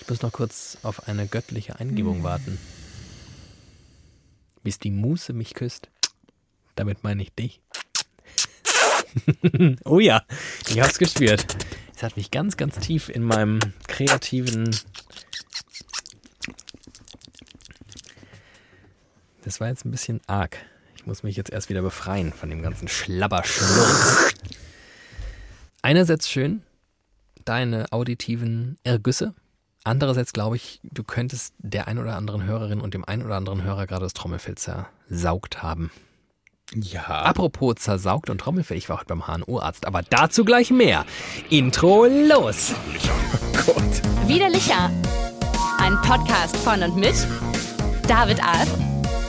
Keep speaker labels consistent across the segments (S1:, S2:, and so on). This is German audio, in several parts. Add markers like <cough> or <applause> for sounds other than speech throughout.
S1: Ich muss noch kurz auf eine göttliche Eingebung warten. Bis die Muße mich küsst. Damit meine ich dich. <laughs> oh ja, ich hab's gespürt. Es hat mich ganz, ganz tief in meinem kreativen. Das war jetzt ein bisschen arg. Ich muss mich jetzt erst wieder befreien von dem ganzen Schlabberschlurz. Einerseits schön, deine auditiven Ergüsse. Andererseits glaube ich, du könntest der ein oder anderen Hörerin und dem ein oder anderen Hörer gerade das Trommelfell zersaugt haben.
S2: Ja.
S1: Apropos zersaugt und Trommelfell, ich war heute beim HNO-Arzt, aber dazu gleich mehr. Intro los!
S2: Oh Gott.
S3: Widerlicher. Ein Podcast von und mit David Alf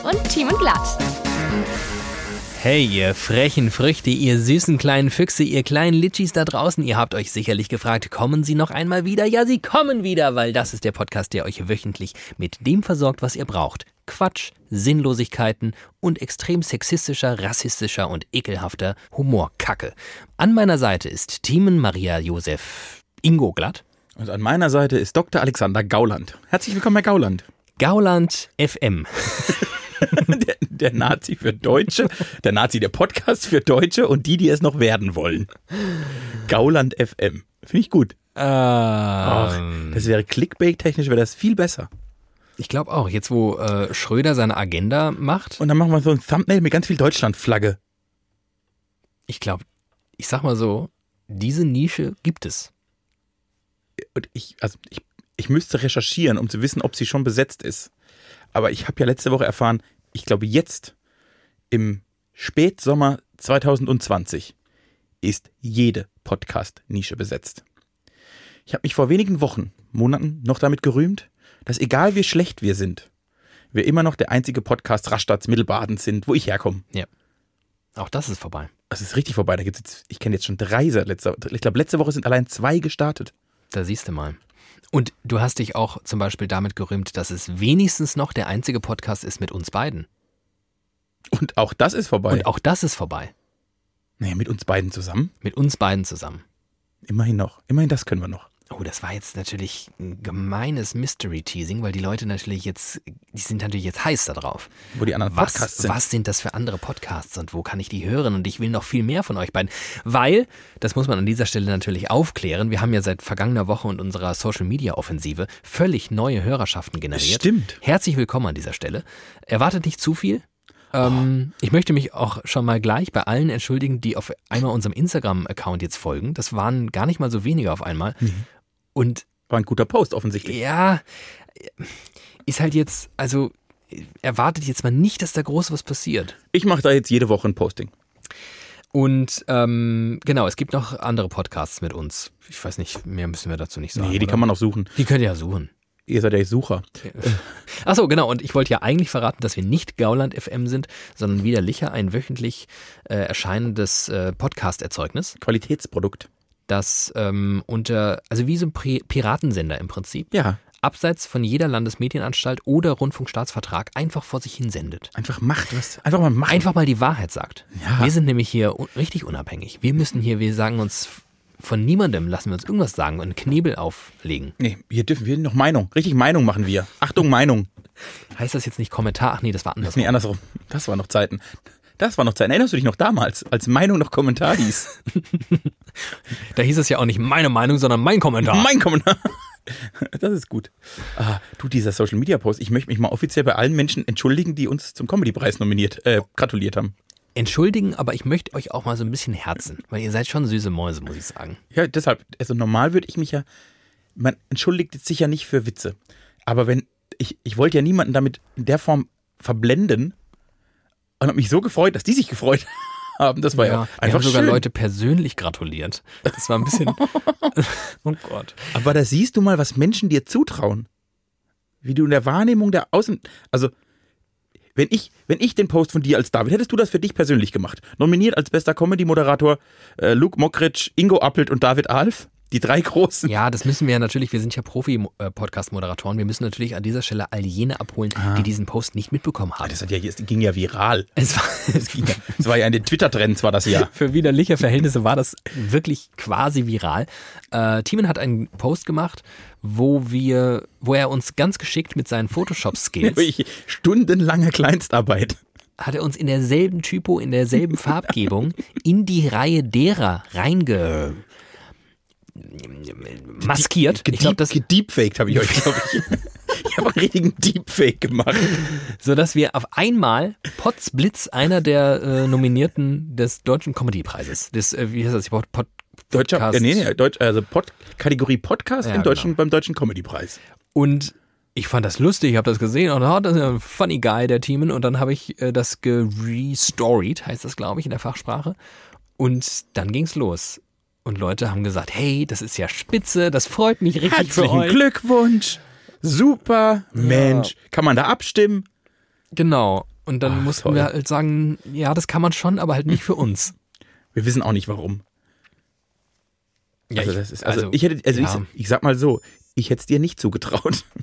S3: und Team und Glatt.
S1: Hey, ihr frechen Früchte, ihr süßen kleinen Füchse, ihr kleinen Litschis da draußen, ihr habt euch sicherlich gefragt, kommen sie noch einmal wieder? Ja, sie kommen wieder, weil das ist der Podcast, der euch wöchentlich mit dem versorgt, was ihr braucht. Quatsch, Sinnlosigkeiten und extrem sexistischer, rassistischer und ekelhafter Humorkacke. An meiner Seite ist Thiemen Maria Josef Ingo Glatt.
S2: Und an meiner Seite ist Dr. Alexander Gauland. Herzlich willkommen, Herr Gauland.
S1: Gauland FM.
S2: <laughs> Der, der Nazi für Deutsche, der Nazi der Podcast für Deutsche und die, die es noch werden wollen. Gauland FM. Finde ich gut.
S1: Ah.
S2: Ach,
S1: Ähm.
S2: das wäre Clickbait-technisch, wäre das viel besser.
S1: ich glaube auch, jetzt wo äh, Schröder seine Agenda macht,
S2: Und dann machen wir so ein Thumbnail mit ganz viel Deutschlandflagge.
S1: ich glaube, ich sag mal so, diese Nische gibt es.
S2: Und ich, also ich, ich müsste recherchieren, um zu wissen, ob sie schon besetzt ist. Aber ich habe ja letzte Woche erfahren, ich glaube jetzt im Spätsommer 2020 ist jede Podcast-Nische besetzt. Ich habe mich vor wenigen Wochen, Monaten noch damit gerühmt, dass egal wie schlecht wir sind, wir immer noch der einzige Podcast Rastads Mittelbadens sind, wo ich herkomme.
S1: Auch das ist vorbei.
S2: Das ist richtig vorbei. Da gibt's jetzt, ich kenne jetzt schon drei seit letzter Ich glaube, letzte Woche sind allein zwei gestartet.
S1: Da siehst du mal. Und du hast dich auch zum Beispiel damit gerühmt, dass es wenigstens noch der einzige Podcast ist mit uns beiden.
S2: Und auch das ist vorbei.
S1: Und auch das ist vorbei.
S2: Naja, mit uns beiden zusammen.
S1: Mit uns beiden zusammen.
S2: Immerhin noch. Immerhin das können wir noch.
S1: Oh, das war jetzt natürlich ein gemeines Mystery-Teasing, weil die Leute natürlich jetzt, die sind natürlich jetzt heiß da drauf.
S2: Wo die anderen Podcasts
S1: Was,
S2: sind.
S1: was sind das für andere Podcasts und wo kann ich die hören? Und ich will noch viel mehr von euch beiden. Weil, das muss man an dieser Stelle natürlich aufklären, wir haben ja seit vergangener Woche und unserer Social-Media-Offensive völlig neue Hörerschaften generiert.
S2: Stimmt.
S1: Herzlich willkommen an dieser Stelle. Erwartet nicht zu viel. Ähm, ich möchte mich auch schon mal gleich bei allen entschuldigen, die auf einmal unserem Instagram-Account jetzt folgen. Das waren gar nicht mal so wenige auf einmal.
S2: Mhm.
S1: Und
S2: War ein guter Post offensichtlich.
S1: ja, ist halt jetzt, also erwartet jetzt mal nicht, dass da groß was passiert.
S2: Ich mache da jetzt jede Woche ein Posting.
S1: Und ähm, genau, es gibt noch andere Podcasts mit uns. Ich weiß nicht, mehr müssen wir dazu nicht sagen.
S2: Nee, die
S1: oder?
S2: kann man auch suchen.
S1: Die könnt ihr ja suchen.
S2: Ihr seid ja Sucher.
S1: Achso, genau. Und ich wollte ja eigentlich verraten, dass wir nicht Gauland FM sind, sondern wieder Licher, ein wöchentlich äh, erscheinendes äh, Podcast-Erzeugnis,
S2: Qualitätsprodukt.
S1: das ähm, unter, also wie so ein Pri Piratensender im Prinzip,
S2: Ja.
S1: abseits von jeder Landesmedienanstalt oder Rundfunkstaatsvertrag einfach vor sich hin sendet.
S2: Einfach macht was. Einfach mal machen.
S1: Einfach mal die Wahrheit sagt.
S2: Ja.
S1: Wir sind nämlich hier un richtig unabhängig. Wir müssen hier, wir sagen uns von niemandem, lassen wir uns irgendwas sagen und einen Knebel auflegen.
S2: Nee, hier dürfen wir noch Meinung. Richtig Meinung machen wir. Achtung, Meinung.
S1: Heißt das jetzt nicht Kommentar? Ach nee, das war anders.
S2: Nee, andersrum. Das waren noch Zeiten. Das waren noch Zeiten. Erinnerst du dich noch damals, als Meinung noch Kommentar hieß?
S1: Da hieß es ja auch nicht meine Meinung, sondern mein Kommentar.
S2: Mein Kommentar. <laughs> Das ist gut. Ah, du, dieser Social Media Post. Ich möchte mich mal offiziell bei allen Menschen entschuldigen, die uns zum Comedy-Preis nominiert, äh, gratuliert haben.
S1: Entschuldigen, aber ich möchte euch auch mal so ein bisschen herzen, weil ihr seid schon süße Mäuse, muss ich sagen.
S2: Ja, deshalb, also normal würde ich mich ja, man entschuldigt sich ja nicht für Witze. Aber wenn, ich, ich wollte ja niemanden damit in der Form verblenden und habe mich so gefreut, dass die sich gefreut <laughs> haben. Das war ja,
S1: wir
S2: einfach
S1: haben sogar
S2: schön.
S1: Leute persönlich gratuliert. Das war ein
S2: <laughs>
S1: bisschen. oh Gott.
S2: Aber da siehst du mal, was Menschen dir zutrauen. Wie du in der Wahrnehmung der Außen, also wenn ich, wenn ich den Post von dir als David, hättest du das für dich persönlich gemacht. Nominiert als bester Comedy-Moderator äh, Luke Mockridge, Ingo Appelt und David Alf. Die drei großen.
S1: Ja, das müssen wir ja natürlich, wir sind ja Profi-Podcast-Moderatoren, wir müssen natürlich an dieser Stelle all jene abholen, die diesen Post nicht mitbekommen haben.
S2: Ah. Das hat ja, das ging ja viral.
S1: Es war, <laughs> es
S2: Ging ja- Das war ja in den Twitter-Trends, war das ja.
S1: <laughs> für widerliche Verhältnisse war das wirklich quasi viral. Äh, Timon hat einen Post gemacht, wo wir, wo er uns ganz geschickt mit seinen Photoshop-Skills
S2: <laughs> Wirklich Stundenlange Kleinstarbeit.
S1: hat er uns in derselben Typo, in derselben
S2: <laughs>
S1: Farbgebung in die Reihe derer reinge maskiert. Ich glaube, das
S2: gedeepfaked habe ich euch, glaube <laughs> ich. ich habe einen richtigen Deepfake gemacht.
S1: so dass wir auf einmal Potzblitz, einer der äh, Nominierten des deutschen Comedy-Preises, des, äh, wie heißt das, Pod, Pod,
S2: Deutscher, äh,
S1: Podcast.
S2: nee, nee, Deutsch, also Pod, Kategorie Podcast
S1: Ja, genau.
S2: im deutschen, beim Deutschen Comedy-Preis.
S1: Und ich fand das lustig, ich habe das gesehen und oh, das ist ja ein funny guy, der Teamen. Und dann habe ich äh, das gerestoried, heißt das, glaube ich, in der Fachsprache. Und dann ging's los. Und Leute haben gesagt, hey, das ist ja spitze, das freut mich richtig für
S2: Herzlichen
S1: euch.
S2: Glückwunsch. Super, Mensch. Kann man da abstimmen?
S1: Genau. Und dann
S2: Ach,
S1: mussten
S2: toll.
S1: wir halt sagen, ja, das kann man schon, aber halt nicht für uns.
S2: Wir wissen auch nicht warum.
S1: Ja,
S2: also,
S1: ich-
S2: das ist, also,
S1: also,
S2: ich hätte, also
S1: ja.
S2: ich, ich sag mal so, ich hätte es dir nicht zugetraut. <laughs>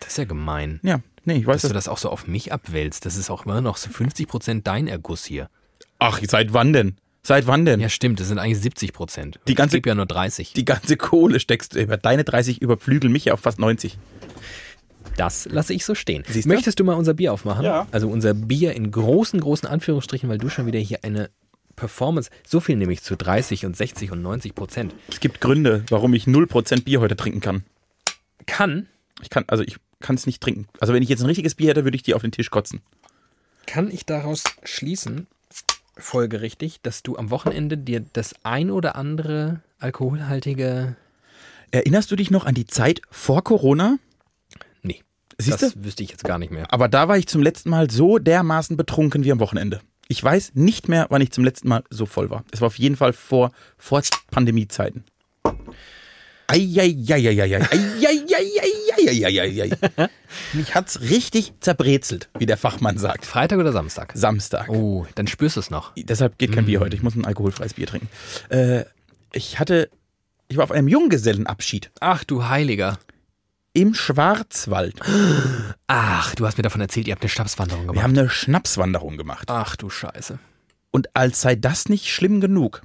S1: Das ist ja gemein.
S2: Ja, nee, ich weiß
S1: Dass du
S2: das.
S1: das auch so auf mich abwälzt, das ist auch immer noch so 50% dein Erguss hier.
S2: Ach, seit wann denn? Seit wann denn?
S1: Ja, stimmt, das sind eigentlich 70%.
S2: Die ganze-
S1: ich gebe ja nur 30.
S2: Die ganze Kohle steckst du über deine 30 überflügeln mich ja auf fast 90.
S1: Das lasse ich so stehen.
S2: Siehst du?
S1: Möchtest du mal unser Bier aufmachen?
S2: Ja.
S1: Also unser Bier in großen, großen Anführungsstrichen, weil du schon wieder hier eine Performance, so viel nämlich zu 30 und 60 und 90 Prozent,
S2: Es gibt Gründe, warum ich 0% Bier heute trinken kann.
S1: kann,
S2: Ich kann, also ich kann es nicht trinken. Also wenn ich jetzt ein richtiges Bier hätte, würde ich dir auf den Tisch kotzen.
S1: kann ich daraus schließen, folgerichtig, dass du am Wochenende dir das ein oder andere alkoholhaltige...
S2: Erinnerst du dich noch an die Zeit vor Corona?
S1: Nee.
S2: Siehst
S1: das wüsste ich jetzt gar nicht mehr.
S2: Aber da war ich zum letzten Mal so dermaßen betrunken wie am Wochenende. Ich weiß nicht mehr, wann ich zum letzten Mal so voll war. Es war auf jeden Fall vor, vor Pandemiezeiten. Eieieiei. Eieieiei. Mich hat's richtig zerbrezelt, wie der Fachmann sagt.
S1: Freitag oder Samstag?
S2: Samstag.
S1: Oh, dann spürst du es noch.
S2: Deshalb geht kein Bier heute. Ich muss ein alkoholfreies Bier trinken. Äh, ich hatte, ich war auf einem Junggesellenabschied
S1: Ach du Heiliger.
S2: im Schwarzwald.
S1: Ach, du hast mir davon erzählt, ihr habt eine Schnapswanderung
S2: Wir
S1: gemacht.
S2: haben eine Schnapswanderung gemacht.
S1: Ach du Scheiße.
S2: Und als sei das nicht schlimm genug.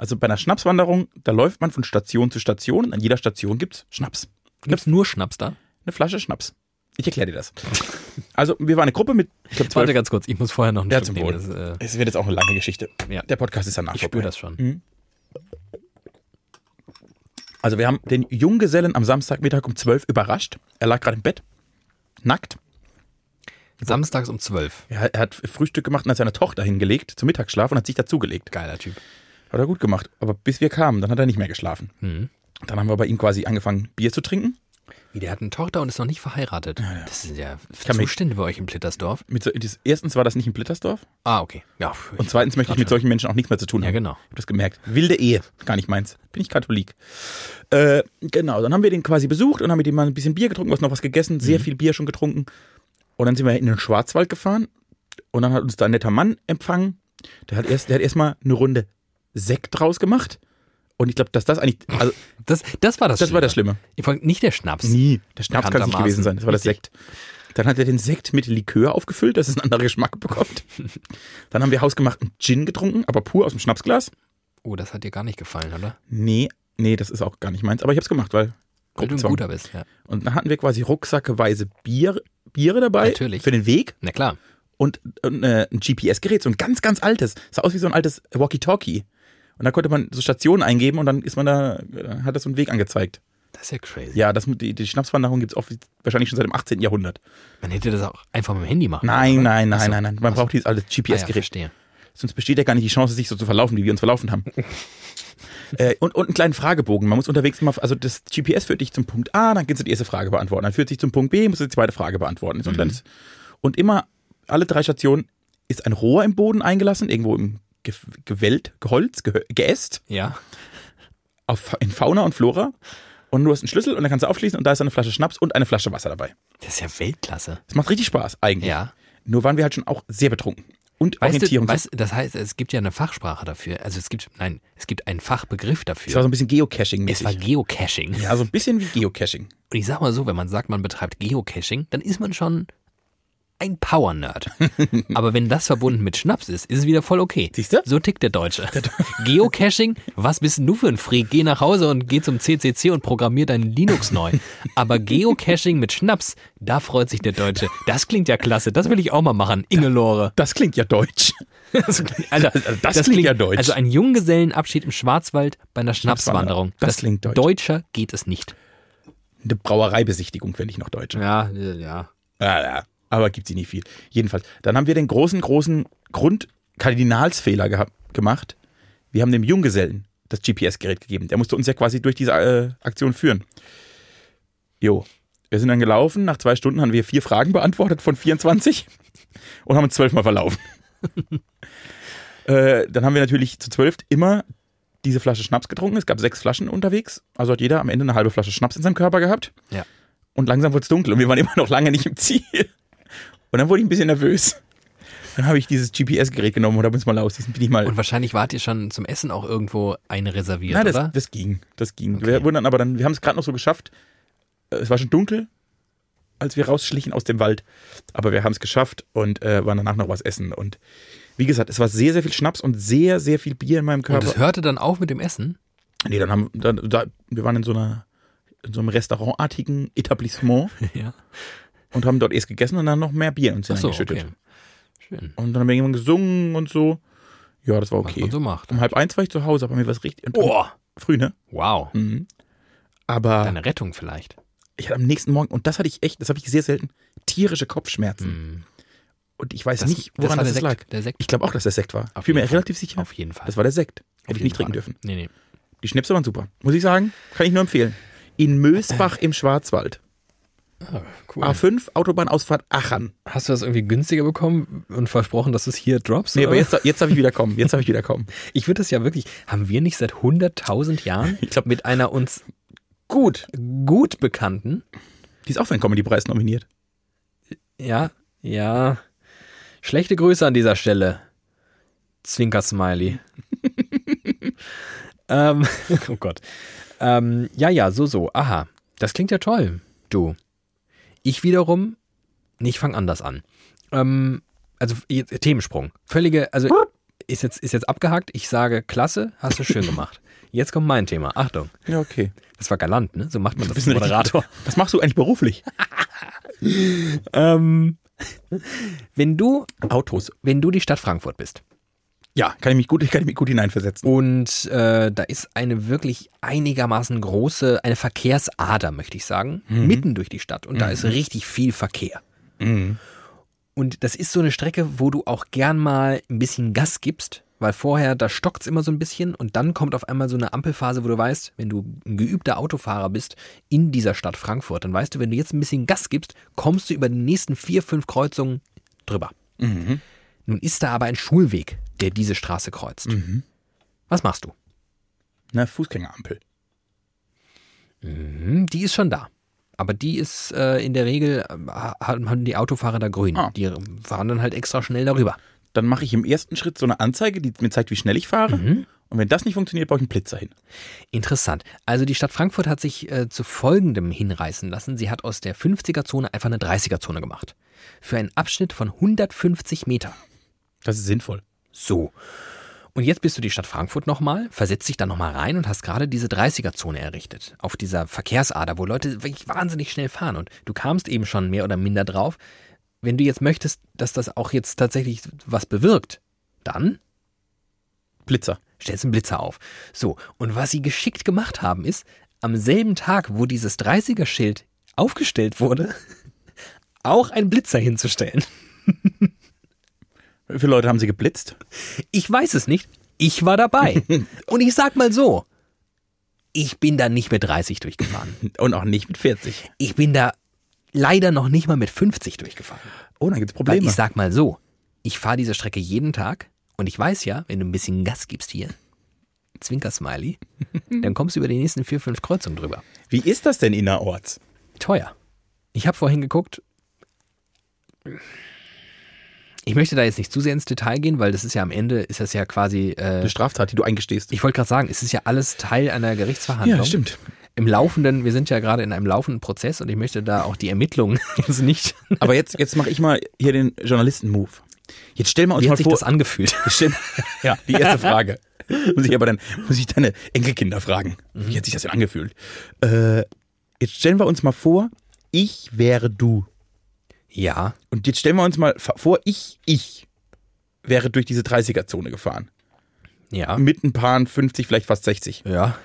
S2: Also bei einer Schnapswanderung, da läuft man von Station zu Station und an jeder Station gibt's Schnaps.
S1: Gibt's nur Schnaps da?
S2: Eine Flasche Schnaps. Ich erkläre dir
S1: <laughs>
S2: das. Also wir waren eine Gruppe mit, ich glaube,
S1: Warte
S2: zwölf.
S1: ganz kurz, ich muss vorher noch einen
S2: Ja,
S1: Schluck
S2: zum
S1: nehmen.
S2: Wohl.
S1: Das, äh,
S2: Es wird jetzt auch eine lange Geschichte.
S1: Ja.
S2: Der Podcast ist danach
S1: ich
S2: vorbei.
S1: spüre das schon.
S2: Also wir haben den Junggesellen am Samstagmittag um zwölf überrascht. Er lag gerade im Bett, nackt.
S1: Samstags um 12.
S2: Er, er hat Frühstück gemacht und hat seine Tochter hingelegt zum Mittagsschlaf und hat sich dazugelegt.
S1: Geiler Typ.
S2: Hat er gut gemacht. Aber bis wir kamen, dann hat er nicht mehr geschlafen.
S1: Mhm.
S2: Dann haben wir bei ihm quasi angefangen, Bier zu trinken.
S1: Wie, der hat eine Tochter und ist noch nicht verheiratet. Das sind ja
S2: kann mich-
S1: Zustände bei euch in Plittersdorf.
S2: Mit so, das, erstens war das nicht in Blittersdorf
S1: Ah, okay. Ja,
S2: und zweitens möchte ich mit solchen Menschen auch nichts mehr zu tun
S1: Ja,
S2: haben.
S1: genau.
S2: Ich habe das gemerkt. Wilde Ehe, gar nicht meins. Bin ich Katholik. Äh, genau, dann haben wir den quasi besucht und haben mit ihm mal ein bisschen Bier getrunken, was noch was gegessen,
S1: Mhm.
S2: sehr viel Bier schon getrunken. Und dann sind wir in den Schwarzwald gefahren und dann hat uns da ein netter Mann empfangen. Der hat erst, der hat erstmal eine Runde Sekt draus gemacht. Und ich glaube, dass das eigentlich, also
S1: das, das war das
S2: das war das Schlimme.
S1: Ich wollte nicht der Schnaps.
S2: Nie. Der Schnaps kann es nicht
S1: Bekanntermaßen.
S2: gewesen sein. Das war das Sekt. Dann hat er den Sekt mit Likör aufgefüllt, dass es einen anderen Geschmack
S1: <laughs>
S2: bekommt. Dann haben wir hausgemachten Gin getrunken, aber pur aus dem Schnapsglas.
S1: Oh, das hat dir gar nicht gefallen, oder?
S2: Nee, nee, das ist auch gar nicht meins. Aber ich habe es gemacht,
S1: Weil
S2: weil
S1: du ein
S2: Gruppenzwang.
S1: guter bist. Ja.
S2: Und dann hatten wir quasi rucksackeweise Bier, Biere dabei.
S1: Natürlich.
S2: Für den Weg
S1: Na klar.
S2: und, und äh, ein GPS-Gerät, so ein ganz, ganz altes. Sah aus wie so ein altes Walkie-Talkie. Und da konnte man so Stationen eingeben und dann ist man da, äh, hat das so einen Weg angezeigt.
S1: Das ist ja crazy.
S2: Ja, das, die, die Schnapswanderung gibt's oft, wahrscheinlich schon seit dem 18. Jahrhundert.
S1: Man hätte das auch einfach mit dem Handy machen
S2: Nein, nein,
S1: Ach
S2: nein,
S1: so.
S2: nein, nein. Man braucht dieses alte
S1: Ah, ja,
S2: GPS-Gerät.
S1: verstehe.
S2: Sonst besteht ja gar nicht die Chance, sich so zu verlaufen, wie wir uns
S1: <laughs>
S2: verlaufen haben. äh, und, und einen kleinen Fragebogen. Man muss unterwegs immer, also das GPS führt dich zum Punkt A, dann kannst du die erste Frage beantworten. Dann führt dich zum Punkt B, musst du die zweite Frage beantworten. So ein
S1: Mhm.
S2: kleines- Und immer alle drei Stationen ist ein Rohr im Boden eingelassen, irgendwo im Ge Gewelt, Geholz, Ge Geäst,
S1: Ja.
S2: auf, in Fauna und Flora. Und du hast einen Schlüssel und dann kannst du aufschließen und da ist eine Flasche Schnaps und eine Flasche Wasser dabei.
S1: Das ist ja Weltklasse.
S2: Das macht richtig Spaß eigentlich.
S1: Ja.
S2: Nur waren wir halt schon auch sehr betrunken. und
S1: Weißt du,
S2: Orientierung.
S1: weißt, das heißt, es gibt ja eine Fachsprache dafür. Also es gibt, nein, es gibt einen Fachbegriff
S2: das war
S1: dafür.
S2: so ein bisschen
S1: Es war
S2: Geocaching-mäßig.
S1: Geocaching.
S2: Ja, so ein bisschen wie Geocaching.
S1: Und ich sag mal so, wenn man sagt, man betreibt Geocaching, dann ist man schon ein
S2: <laughs>
S1: Power-Nerd. Aber wenn das verbunden mit Schnaps ist, ist es wieder voll okay.
S2: Siehst du?
S1: So tickt der Deutsche. <laughs> Geocaching, was bist denn du für ein Freak? Geh nach Hause und geh zum CCC und programmier deinen Linux neu. Aber Geocaching mit Schnaps, da freut sich der Deutsche. Das klingt ja klasse, das will ich auch mal machen. Ingelore.
S2: Das klingt ja deutsch.
S1: Das klingt, Alter,
S2: Also <laughs> das klingt ja deutsch.
S1: Also ein Junggesellenabschied im Schwarzwald bei einer Schnapswanderung.
S2: Das klingt deutsch.
S1: Deutscher geht es nicht.
S2: Eine Brauereibesichtigung, wenn ich noch deutsch.
S1: Ja, ja.
S2: Ah, ja. Aber gibt sie nicht viel. Jedenfalls. Dann haben wir den großen, großen Grundkardinalsfehler geha- gemacht. Wir haben dem Junggesellen das GPS-Gerät gegeben. Der musste uns ja quasi durch diese äh, Aktion führen. Jo. Wir sind dann gelaufen. Nach zwei Stunden haben wir vier Fragen beantwortet von 24 und haben uns
S1: <laughs>
S2: zwölfmal verlaufen. äh, dann haben wir natürlich zu zwölf immer diese Flasche Schnaps getrunken. Es gab sechs Flaschen unterwegs. Also hat jeder am Ende eine halbe Flasche Schnaps in seinem Körper gehabt.
S1: Ja.
S2: Und langsam wurde es dunkel und wir waren <laughs> immer noch lange nicht im Ziel. Und dann wurde ich ein bisschen nervös. Dann habe ich dieses GPS-Gerät genommen und habe uns mal aus. Diesem bin ich mal.
S1: Und wahrscheinlich wart ihr schon zum Essen auch irgendwo eine reserviert,
S2: Nein,
S1: oder?
S2: das, das ging. Das ging. Wir wurden dann aber dann, wir haben es gerade noch so geschafft. Äh, Es war schon dunkel, als wir rausschlichen aus dem Wald. Aber wir haben es geschafft und äh, waren danach noch was essen. Und wie gesagt, es war sehr, sehr viel Schnaps und sehr, sehr viel Bier in meinem
S1: Und
S2: Körper.
S1: es hörte dann auf mit dem
S2: <laughs>
S1: Essen?
S2: Nee, dann haben dann, da, wir waren in so einer in so einem restaurantartigen Etablissement
S1: Ja.
S2: und haben dort erst gegessen und dann noch mehr Bier in uns
S1: Achso,
S2: hineingeschüttet.
S1: okay. Schön.
S2: Und dann haben wir irgendwann gesungen und so. Ja, das war
S1: Was
S2: okay.
S1: man so macht.
S2: um halb eins war ich zu Hause, aber mir war es richtig. und-
S1: Boah,
S2: Früh, ne?
S1: wow.
S2: Mhm. Aber
S1: Deine Rettung vielleicht.
S2: ich hatte am nächsten Morgen, und das hatte ich echt, das habe ich sehr selten, tierische Kopfschmerzen.
S1: Hm.
S2: Und ich weiß
S1: Das-
S2: nicht, woran
S1: war
S2: das,
S1: der
S2: lag.
S1: Sekt, Der Sekt.
S2: Ich glaube auch, dass der Sekt war.
S1: Auf
S2: ich bin mir
S1: jeden Fall.
S2: relativ sicher.
S1: Auf jeden Fall.
S2: Das war der Sekt.
S1: Auf
S2: Hätte ich
S1: jeden
S2: nicht trinken
S1: Fall.
S2: dürfen.
S1: Nee, nee.
S2: Die Schnäpse waren super. Muss ich sagen. Kann ich nur empfehlen. In Mösbach im Schwarzwald.
S1: cool.
S2: A5, Autobahnausfahrt Aachen.
S1: Hast du das irgendwie günstiger bekommen und versprochen, dass du es hier droppst?
S2: Nee, aber jetzt, jetzt darf ich wieder kommen. Jetzt darf ich wieder kommen.
S1: ich würde das ja wirklich, haben wir nicht seit 100.000 Jahren
S2: <laughs> Ich glaub-
S1: mit einer uns
S2: Gut.
S1: gut bekannten
S2: Die ist auch für den Comedy-Preis nominiert.
S1: Ja, ja. Schlechte Grüße an dieser Stelle.
S2: <laughs>
S1: Zwinker-Smiley. ähm, oh Gott. Ähm, ja, ja, so, so. Aha. Das klingt ja toll, du. Ich wiederum, nee, ich fange anders an. Ähm, also, jetzt, Themensprung. Völlige, also, ist jetzt, ist jetzt abgehakt. Ich sage, klasse, hast du
S2: <laughs>
S1: schön gemacht. Jetzt kommt mein Thema. Achtung.
S2: Ja, okay.
S1: Das war galant, ne? So macht man
S2: Du
S1: das
S2: bist
S1: als
S2: ein richtig-
S1: Moderator.
S2: Was machst du eigentlich beruflich?
S1: Ähm, wenn du
S2: Autos.
S1: wenn du die Stadt Frankfurt bist
S2: Ja, kann ich mich gut, kann ich mich gut hineinversetzen.
S1: und äh, da ist eine wirklich einigermaßen große, eine Verkehrsader, möchte ich sagen, mitten durch die Stadt und da ist richtig viel Verkehr. Und das ist so eine Strecke, wo du auch gern mal ein bisschen Gas gibst, weil vorher, da stockt's immer so ein bisschen und dann kommt auf einmal so eine Ampelphase, wo du weißt, wenn du ein geübter Autofahrer bist in dieser Stadt Frankfurt, dann weißt du, wenn du jetzt ein bisschen Gas gibst, kommst du über die nächsten vier, fünf Kreuzungen drüber. Nun ist da aber ein Schulweg, der diese Straße kreuzt. Was machst du?
S2: Na, Ne, Fußgängerampel.
S1: Mhm, die ist schon da. Aber die ist äh, in der Regel, äh, ha- haben die Autofahrer da grün.
S2: Ah.
S1: Die fahren dann halt extra schnell darüber.
S2: Dann mache ich im ersten Schritt so eine Anzeige, die mir zeigt, wie schnell ich fahre.
S1: Mhm.
S2: Und wenn das nicht funktioniert, brauche ich einen Blitzer hin.
S1: Interessant. Also die Stadt Frankfurt hat sich äh, zu folgendem hinreißen lassen. Sie hat aus der 50er-Zone einfach eine 30er-Zone gemacht. Für einen Abschnitt von 150 Meter.
S2: Das ist sinnvoll.
S1: So. Und jetzt bist du die Stadt Frankfurt nochmal, versetzt dich da nochmal rein und hast gerade diese 30er-Zone errichtet. Auf dieser Verkehrsader, wo Leute wirklich wahnsinnig schnell fahren. Und du kamst eben schon mehr oder minder drauf. Wenn du jetzt möchtest, dass das auch jetzt tatsächlich was bewirkt, dann
S2: Blitzer.
S1: stellst einen Blitzer auf. So, und was sie geschickt gemacht haben, ist, am selben Tag, wo dieses 30er-Schild aufgestellt wurde, <laughs> auch einen Blitzer hinzustellen.
S2: Wie viele Leute haben sie geblitzt?
S1: Ich weiß es nicht, ich war dabei. und ich sag mal so, ich bin da nicht mit 30 durchgefahren.
S2: Und auch nicht mit 40.
S1: Ich bin da leider noch nicht mal mit 50 durchgefahren.
S2: Oh, dann gibt es
S1: Weil
S2: Probleme.
S1: ich sag mal so, ich fahre diese Strecke jeden Tag und ich weiß ja, wenn du ein bisschen Gas gibst hier, Zwinker-Smiley, dann kommst du über die nächsten vier, fünf Kreuzungen drüber.
S2: wie ist das denn innerorts?
S1: teuer. Ich habe vorhin geguckt. Ich möchte da jetzt nicht zu sehr ins Detail gehen, weil das ist ja am Ende, ist das ja quasi, äh,
S2: Eine Straftat, die du eingestehst.
S1: ich wollte gerade sagen, es ist ja alles Teil einer Gerichtsverhandlung.
S2: stimmt.
S1: Im laufenden, wir sind ja gerade in einem laufenden Prozess und ich möchte da auch die Ermittlungen <laughs> jetzt nicht,
S2: Aber jetzt, jetzt mache ich mal hier den Journalisten-Move. Jetzt stellen wir uns
S1: wie
S2: mal
S1: hat sich
S2: vor. <laughs>
S1: das angefühlt?
S2: Stimmt. Ja, die
S1: <laughs>
S2: erste Frage. Muss ich aber dann, muss ich deine Enkelkinder fragen.
S1: Mhm.
S2: Wie hat sich das denn angefühlt? Äh, jetzt stellen wir uns mal vor, ich wäre du.
S1: Ja,
S2: Und jetzt stellen wir uns mal fa- vor, ich, ich wäre durch diese 30er-Zone gefahren.
S1: ja,
S2: Mit ein paar 50, vielleicht fast 60.
S1: ja.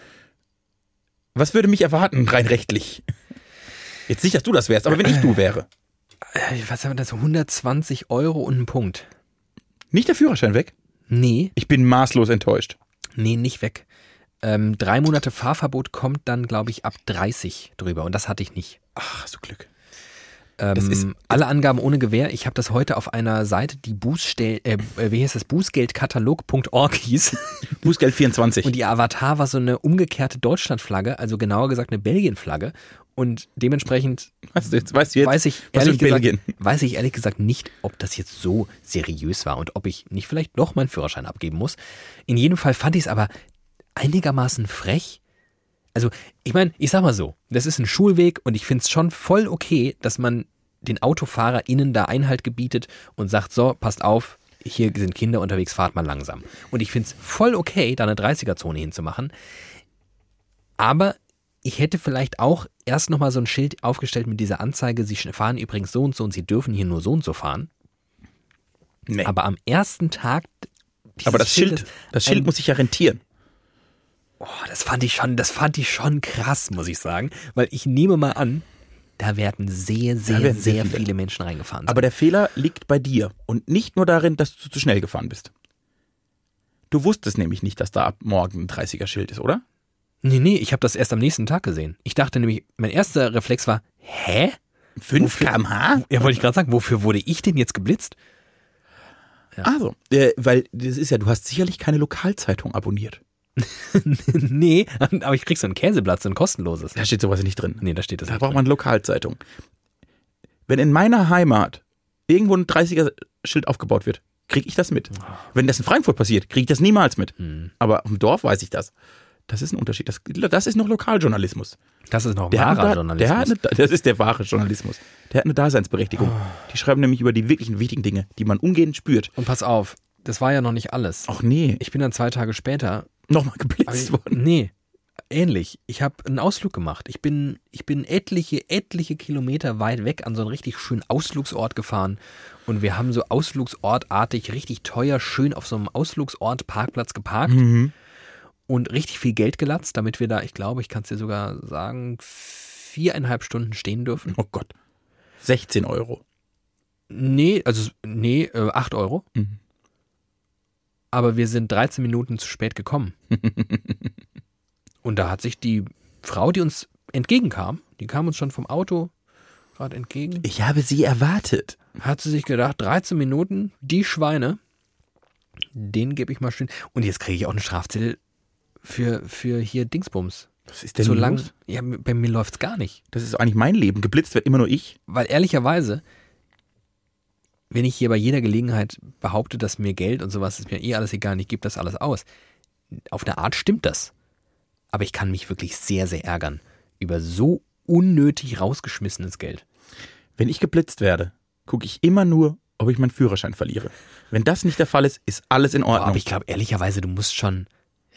S2: Was würde mich erwarten, rein rechtlich? Jetzt nicht, dass du das wärst, aber wenn ich du wäre.
S1: Äh, Was haben wir da so? 120 Euro und ein Punkt.
S2: Nicht der Führerschein weg.
S1: Nee,
S2: Ich bin maßlos enttäuscht.
S1: nee, nicht weg. Ähm, drei Monate Fahrverbot kommt dann, glaube ich, ab 30 drüber und das hatte ich nicht.
S2: Ach, hast du Glück.
S1: Ähm,
S2: ist-
S1: alle Angaben ohne Gewähr. Ich habe das heute auf einer Seite, die Bußstell, äh, äh, wie heißt das? Bußgeldkatalog.org hieß.
S2: Bußgeld 24.
S1: Und ihr Avatar war so eine umgekehrte Deutschlandflagge, also genauer gesagt eine Belgienflagge. Und dementsprechend
S2: weißt du jetzt, weißt du jetzt
S1: weiß ich
S2: was
S1: ehrlich
S2: in
S1: gesagt,
S2: Belgien?
S1: weiß ich ehrlich gesagt nicht, ob das jetzt so seriös war und ob ich nicht vielleicht doch meinen Führerschein abgeben muss. In jedem Fall fand ich es aber einigermaßen frech. Also, ich meine, ich sag mal so, das ist ein Schulweg und ich find's schon voll okay, dass man den AutofahrerInnen da Einhalt gebietet und sagt, so, passt auf, hier sind Kinder unterwegs, fahrt mal langsam. Und ich find's voll okay, da eine 30er-Zone hinzumachen. Aber ich hätte vielleicht auch erst nochmal so ein Schild aufgestellt mit dieser Anzeige, Sie fahren übrigens so und so und Sie dürfen hier nur so und so fahren.
S2: Nee.
S1: Aber am ersten Tag. dieses
S2: Aber das Schild,
S1: Schildes-
S2: das Schild
S1: ein-
S2: muss sich ja rentieren.
S1: Boah, das fand ich schon, das fand ich schon krass, muss ich sagen. Weil ich nehme mal an, da werden sehr, sehr,
S2: werden sehr
S1: sehr
S2: viele.
S1: viele Menschen reingefahren.
S2: Aber der Fehler liegt bei dir und nicht nur darin, dass du zu schnell gefahren bist. Du wusstest nämlich nicht, dass da ab morgen ein 30er-Schild ist, oder?
S1: nee, nee, ich habe das erst am nächsten Tag gesehen. Ich dachte nämlich, mein erster Reflex war, hä?
S2: 5 km/h?
S1: Ja, wollte ich gerade sagen, wofür wurde ich denn jetzt <laughs> geblitzt?
S2: Also, äh, weil das ist ja, du hast sicherlich keine Lokalzeitung abonniert.
S1: nee, <laughs> aber ich krieg so ein Käseblatt, so ein kostenloses.
S2: Da steht sowas nicht drin.
S1: Nee, da steht das
S2: Da
S1: nicht
S2: braucht man Lokalzeitung. Wenn in meiner Heimat irgendwo ein 30er-Schild aufgebaut wird, kriege ich das mit.
S1: Ah.
S2: Wenn das in Frankfurt passiert, kriege ich das niemals mit.
S1: Hm.
S2: Aber im Dorf weiß ich das. Das ist ein Unterschied. Das, das ist noch Lokaljournalismus.
S1: Das ist noch
S2: Der hat,
S1: wahrer
S2: eine, Da-
S1: Journalismus.
S2: der hat eine, <laughs> das ist der wahre Journalismus. Der hat eine Daseinsberechtigung.
S1: Ah.
S2: Die schreiben nämlich über die wirklichen wichtigen Dinge, die man umgehend spürt.
S1: Und pass auf, das war ja noch nicht alles.
S2: Ach nee,
S1: Ich bin dann zwei Tage später.
S2: nochmal
S1: aber
S2: <laughs> geblitzt
S1: Ich,
S2: worden.
S1: nee, ähnlich. Ich habe einen Ausflug gemacht. Ich bin, ich bin etliche, etliche Kilometer weit weg an so einen richtig schönen Ausflugsort gefahren. Und wir haben so ausflugsortartig, richtig teuer, schön auf so einem Ausflugsort Parkplatz geparkt und richtig viel Geld gelatzt, damit wir da, ich glaube, ich kann es dir sogar sagen, viereinhalb Stunden stehen dürfen.
S2: Oh Gott. 16 Euro.
S1: Nee, also nee, äh, 8 Euro.
S2: Mhm.
S1: Aber wir sind 13 Minuten zu spät
S2: <laughs>
S1: gekommen. Und da hat sich die Frau, die uns entgegenkam, die kam uns schon vom Auto gerade entgegen,
S2: Ich habe sie erwartet.
S1: hat sie sich gedacht, 13 Minuten, die Schweine, den gebe ich mal schön. Und jetzt kriege ich auch einen Strafzettel für, für hier Dingsbums.
S2: Was ist denn
S1: So lang,
S2: los?
S1: ja, bei mir läuft's gar nicht.
S2: Das ist eigentlich mein Leben. Geblitzt wird immer nur ich.
S1: Weil ehrlicherweise, wenn ich hier bei jeder Gelegenheit behaupte, dass mir Geld und sowas ist mir eh alles egal, und ich gebe das alles aus, auf eine Art stimmt das. Aber ich kann mich wirklich sehr, sehr ärgern über so unnötig rausgeschmissenes Geld.
S2: Wenn ich geblitzt werde, gucke ich immer nur, ob ich meinen Führerschein verliere. Wenn das nicht der Fall ist, ist alles in Ordnung.
S1: Aber ich glaube, ehrlicherweise, du musst schon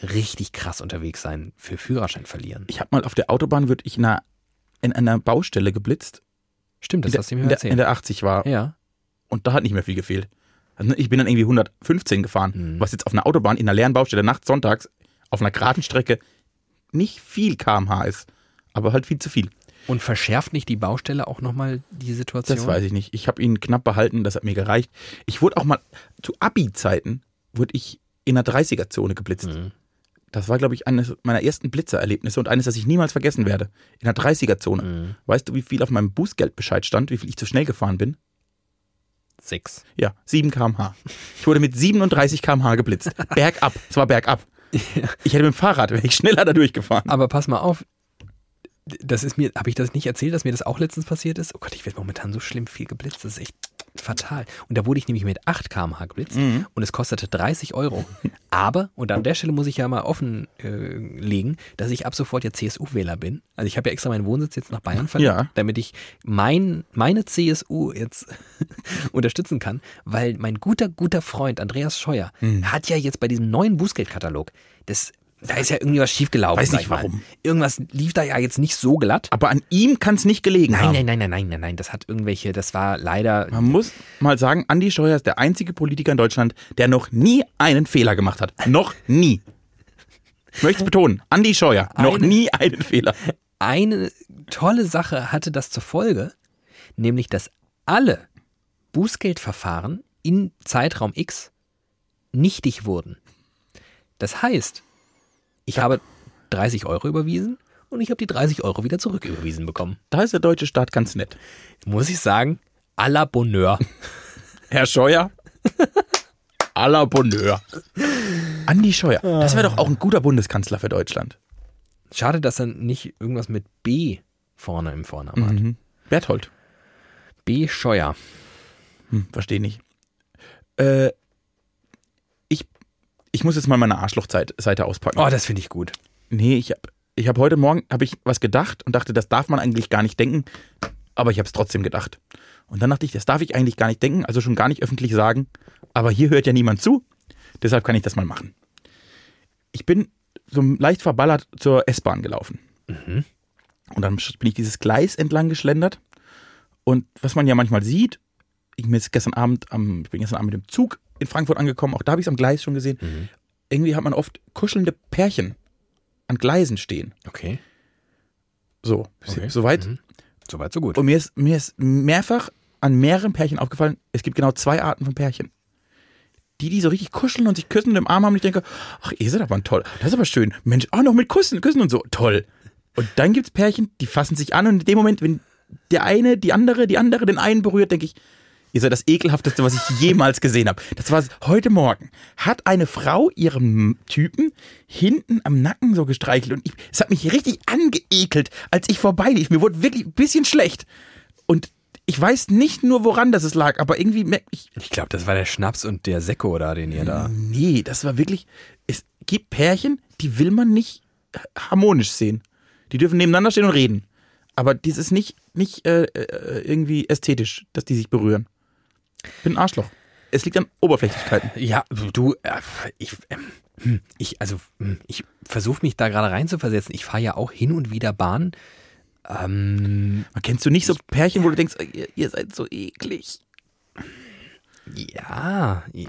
S1: richtig krass unterwegs sein für Führerschein verlieren.
S2: ich habe mal auf der Autobahn, wird ich in einer, in einer Baustelle geblitzt,
S1: Stimmt, das
S2: in der-
S1: hast du mir
S2: in,
S1: mal
S2: der, in
S1: erzählt.
S2: der 80 war.
S1: Ja,
S2: und da hat nicht mehr viel gefehlt. Also Ich bin dann irgendwie 115 gefahren,
S1: Mhm.
S2: was jetzt auf einer Autobahn in einer leeren Baustelle nachts sonntags auf einer geraden Strecke nicht viel kmh ist, aber halt viel zu viel.
S1: und verschärft nicht die Baustelle auch nochmal die Situation?
S2: Das weiß ich nicht. Ich habe ihn knapp behalten, das hat mir gereicht. Ich wurde auch mal zu Abi-Zeiten wurde ich in einer 30er-Zone geblitzt.
S1: Mhm.
S2: Das war, glaube ich, eines meiner ersten Blitzererlebnisse und eines, das ich niemals vergessen werde. In einer 30er-Zone.
S1: Mhm.
S2: Weißt du, wie viel auf meinem Bußgeldbescheid stand, wie viel ich zu schnell gefahren bin?
S1: Sechs.
S2: Ja, 7 km/h. Ich wurde mit 37 km/h
S1: <laughs>
S2: geblitzt. Bergab. Es war bergab. Ich hätte mit dem Fahrrad, wäre ich schneller da durchgefahren.
S1: Aber pass mal auf. Das ist mir, habe ich das nicht erzählt, dass mir das auch letztens passiert ist? Oh Gott, ich werde momentan so schlimm viel geblitzt. Das ist echt fatal. Und da wurde ich nämlich mit 8 km/h geblitzt und es kostete 30 Euro. Aber, und an der Stelle muss ich ja mal offen äh, legen, dass ich ab sofort ja CSU-Wähler bin. Also ich habe ja extra meinen Wohnsitz jetzt nach Bayern verlegt,
S2: Ja.
S1: damit ich mein, meine CSU jetzt unterstützen kann, weil mein guter, guter Freund Andreas Scheuer
S2: Hm.
S1: hat ja jetzt bei diesem neuen Bußgeldkatalog, das, da ist ja irgendwie was schiefgelaufen.
S2: Weiß
S1: sag
S2: nicht
S1: ich mal.
S2: warum. Ah.
S1: Irgendwas lief da ja jetzt nicht so glatt.
S2: Aber an ihm kann es nicht gelegen
S1: Nein,
S2: haben.
S1: nein, nein, nein, nein, nein, nein. Das hat irgendwelche, das war leider.
S2: Man muss mal sagen, Andi Scheuer ist der einzige Politiker in Deutschland, der noch nie einen Fehler gemacht hat. Noch nie. Ich möchte es betonen. Andi Scheuer, noch
S1: Eine-
S2: nie einen Fehler.
S1: Eine tolle Sache hatte das zur Folge, nämlich dass alle Bußgeldverfahren in Zeitraum X nichtig wurden. Das heißt, ich habe 30 Euro überwiesen und ich habe die 30 Euro wieder zurücküberwiesen bekommen.
S2: Da ist der deutsche Staat ganz nett.
S1: Muss ich sagen, à la Bonheur.
S2: Herr Scheuer, à la Bonheur. Andi Scheuer, das wäre doch auch ein guter Bundeskanzler für Deutschland.
S1: Schade, dass er nicht irgendwas mit B vorne im Vornamen hat.
S2: Mhm. Berthold,
S1: B. Scheuer.
S2: hm, verstehe nicht. Äh, ich, ich muss jetzt mal meine Arschlochseite auspacken.
S1: Oh, das finde ich gut.
S2: Nee, ich hab, ich hab heute Morgen hab ich was gedacht und dachte, das darf man eigentlich gar nicht denken, aber ich habe es trotzdem gedacht. Und dann dachte ich, das darf ich eigentlich gar nicht denken, also schon gar nicht öffentlich sagen, aber hier hört ja niemand zu, deshalb kann ich das mal machen. Ich bin so leicht verballert zur S-Bahn gelaufen. Und dann bin ich dieses Gleis entlang geschlendert und was man ja manchmal sieht, ich, mir ist gestern Abend am, ich bin gestern Abend mit dem Zug in Frankfurt angekommen, auch da habe ich es am Gleis schon gesehen. Irgendwie hat man oft kuschelnde Pärchen an Gleisen stehen.
S1: Okay.
S2: So,
S1: Okay.
S2: soweit.
S1: Soweit, so gut.
S2: Und mir ist, mir ist mehrfach an mehreren Pärchen aufgefallen, es gibt genau zwei Arten von Pärchen. Die, die so richtig kuscheln und sich küssen und im Arm haben und ich denke, ach, ihr seid aber toll, das ist aber schön. Mensch, auch noch mit Küssen, Küssen und so, toll. Und dann gibt's Pärchen, die fassen sich an und in dem Moment, wenn der eine, die andere, die andere den einen berührt, denke ich, ihr seid das ekelhafteste, was ich jemals gesehen habe. Das war heute Morgen. Hat eine Frau ihrem Typen hinten am Nacken so gestreichelt und ich, es hat mich richtig angeekelt, als ich vorbeilief. Mir wurde wirklich ein bisschen schlecht. Und ich weiß nicht nur, woran das es lag, aber irgendwie merk ich,
S1: Ich glaube, das war der Schnaps und der Sekko da, den ihr da.
S2: Oh, nee, das war wirklich, es gibt Pärchen, die will man nicht harmonisch sehen. Die dürfen nebeneinander stehen und reden. Aber dies ist nicht, nicht äh, äh, irgendwie ästhetisch, dass die sich berühren. Bin ein Arschloch. Es liegt an Oberflächlichkeiten.
S1: Ja, du, äh, ich, ähm, hm, ich, also, hm, ich versuche mich da gerade reinzuversetzen. Ich fahre ja auch hin und wieder Bahn. Ähm,
S2: Kennst du nicht so Pärchen, wo du denkst, ihr, ihr seid so eklig?
S1: ja, ja,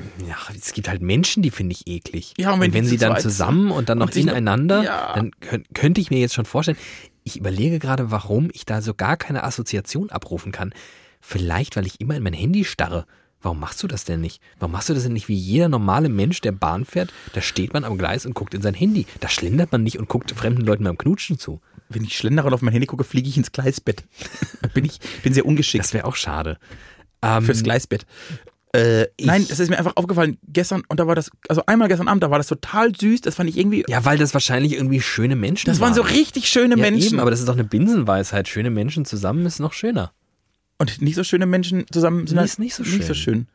S1: es gibt halt Menschen, die finde ich eklig.
S2: Ja, und wenn die
S1: sie
S2: zu
S1: dann
S2: zweit sind
S1: zusammen und dann noch
S2: und sich noch-
S1: ineinander,
S2: Ja.
S1: dann könnt- könnte ich mir jetzt schon vorstellen. Ich überlege gerade, warum ich da so gar keine Assoziation abrufen kann. Vielleicht, weil ich immer in mein Handy starre. Warum machst du das denn nicht? Warum machst du das denn nicht wie jeder normale Mensch, der Bahn fährt? Da steht man am Gleis und guckt in sein Handy. Da schlendert man nicht und guckt fremden Leuten beim Knutschen zu.
S2: Wenn ich schlendere und auf mein Handy gucke, fliege ich ins Gleisbett. <laughs> bin ich bin sehr ungeschickt
S1: Das wäre auch schade. Ähm,
S2: fürs Gleisbett. Äh, nein, das ist mir einfach aufgefallen gestern und da war das, also einmal gestern Abend, da war das total süß, das fand ich irgendwie,
S1: Ja, weil das wahrscheinlich irgendwie schöne Menschen
S2: das
S1: waren.
S2: waren so richtig schöne
S1: ja,
S2: Menschen.
S1: Eben, aber das ist doch eine Binsenweisheit. Schöne Menschen zusammen ist noch schöner.
S2: und nicht so schöne Menschen zusammen sind
S1: Nicht-
S2: halt
S1: nicht so
S2: nicht so schön.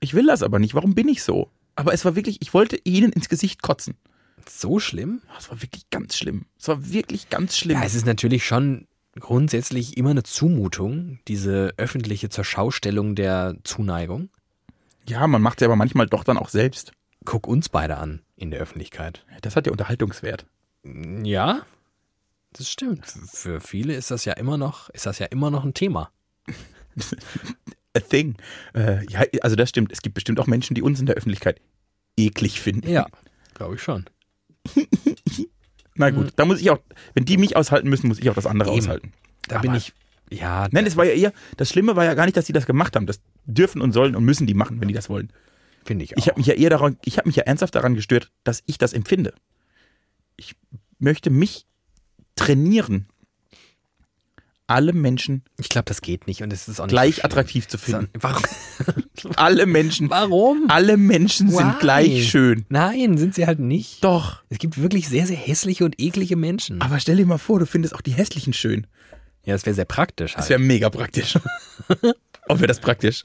S2: Ich will das aber nicht, warum bin ich so? Aber es war wirklich, ich wollte ihnen ins Gesicht kotzen. Oh,
S1: So schlimm?
S2: Es war wirklich ganz schlimm. Es war wirklich ganz schlimm.
S1: Ja, es ist natürlich schon grundsätzlich immer eine Zumutung, diese öffentliche Zurschaustellung der Zuneigung.
S2: ja man macht es ja aber manchmal doch dann auch selbst.
S1: Guck uns beide an in der Öffentlichkeit.
S2: Das hat ja Unterhaltungswert.
S1: Ja, das stimmt. Für viele ist das ja immer noch, ist das ja immer noch ein Thema.
S2: a thing. Äh, ja, also das stimmt. Es gibt bestimmt auch Menschen, die uns in der Öffentlichkeit eklig finden.
S1: Ja, glaube ich schon.
S2: Na gut, da muss ich auch, wenn die mich aushalten müssen, muss ich auch das andere
S1: Mhm. Eben.
S2: aushalten.
S1: Da bin ich. Ja,
S2: Nein, es war ja eher, das Schlimme war ja gar nicht, dass die das gemacht haben. Das dürfen und sollen und müssen die machen, wenn die das wollen.
S1: finde ich auch.
S2: Ich habe mich ja eher daran, ich habe mich ja ernsthaft daran gestört, dass ich das empfinde. Ich möchte mich trainieren, alle Menschen
S1: ich glaube, das geht nicht und es ist auch nicht so
S2: gleich
S1: schlimm.
S2: attraktiv zu finden.
S1: Sondern- Warum?
S2: Alle
S1: <laughs>
S2: Menschen,
S1: Warum?
S2: alle Menschen
S1: Why?
S2: sind gleich schön.
S1: Nein, sind sie halt nicht.
S2: Doch.
S1: Es gibt wirklich sehr, sehr hässliche und eklige Menschen.
S2: Aber stell dir mal vor, du findest auch die hässlichen schön.
S1: Ja, das wäre sehr praktisch
S2: Das <laughs>
S1: halt.
S2: wäre mega praktisch. Oh, wäre das praktisch.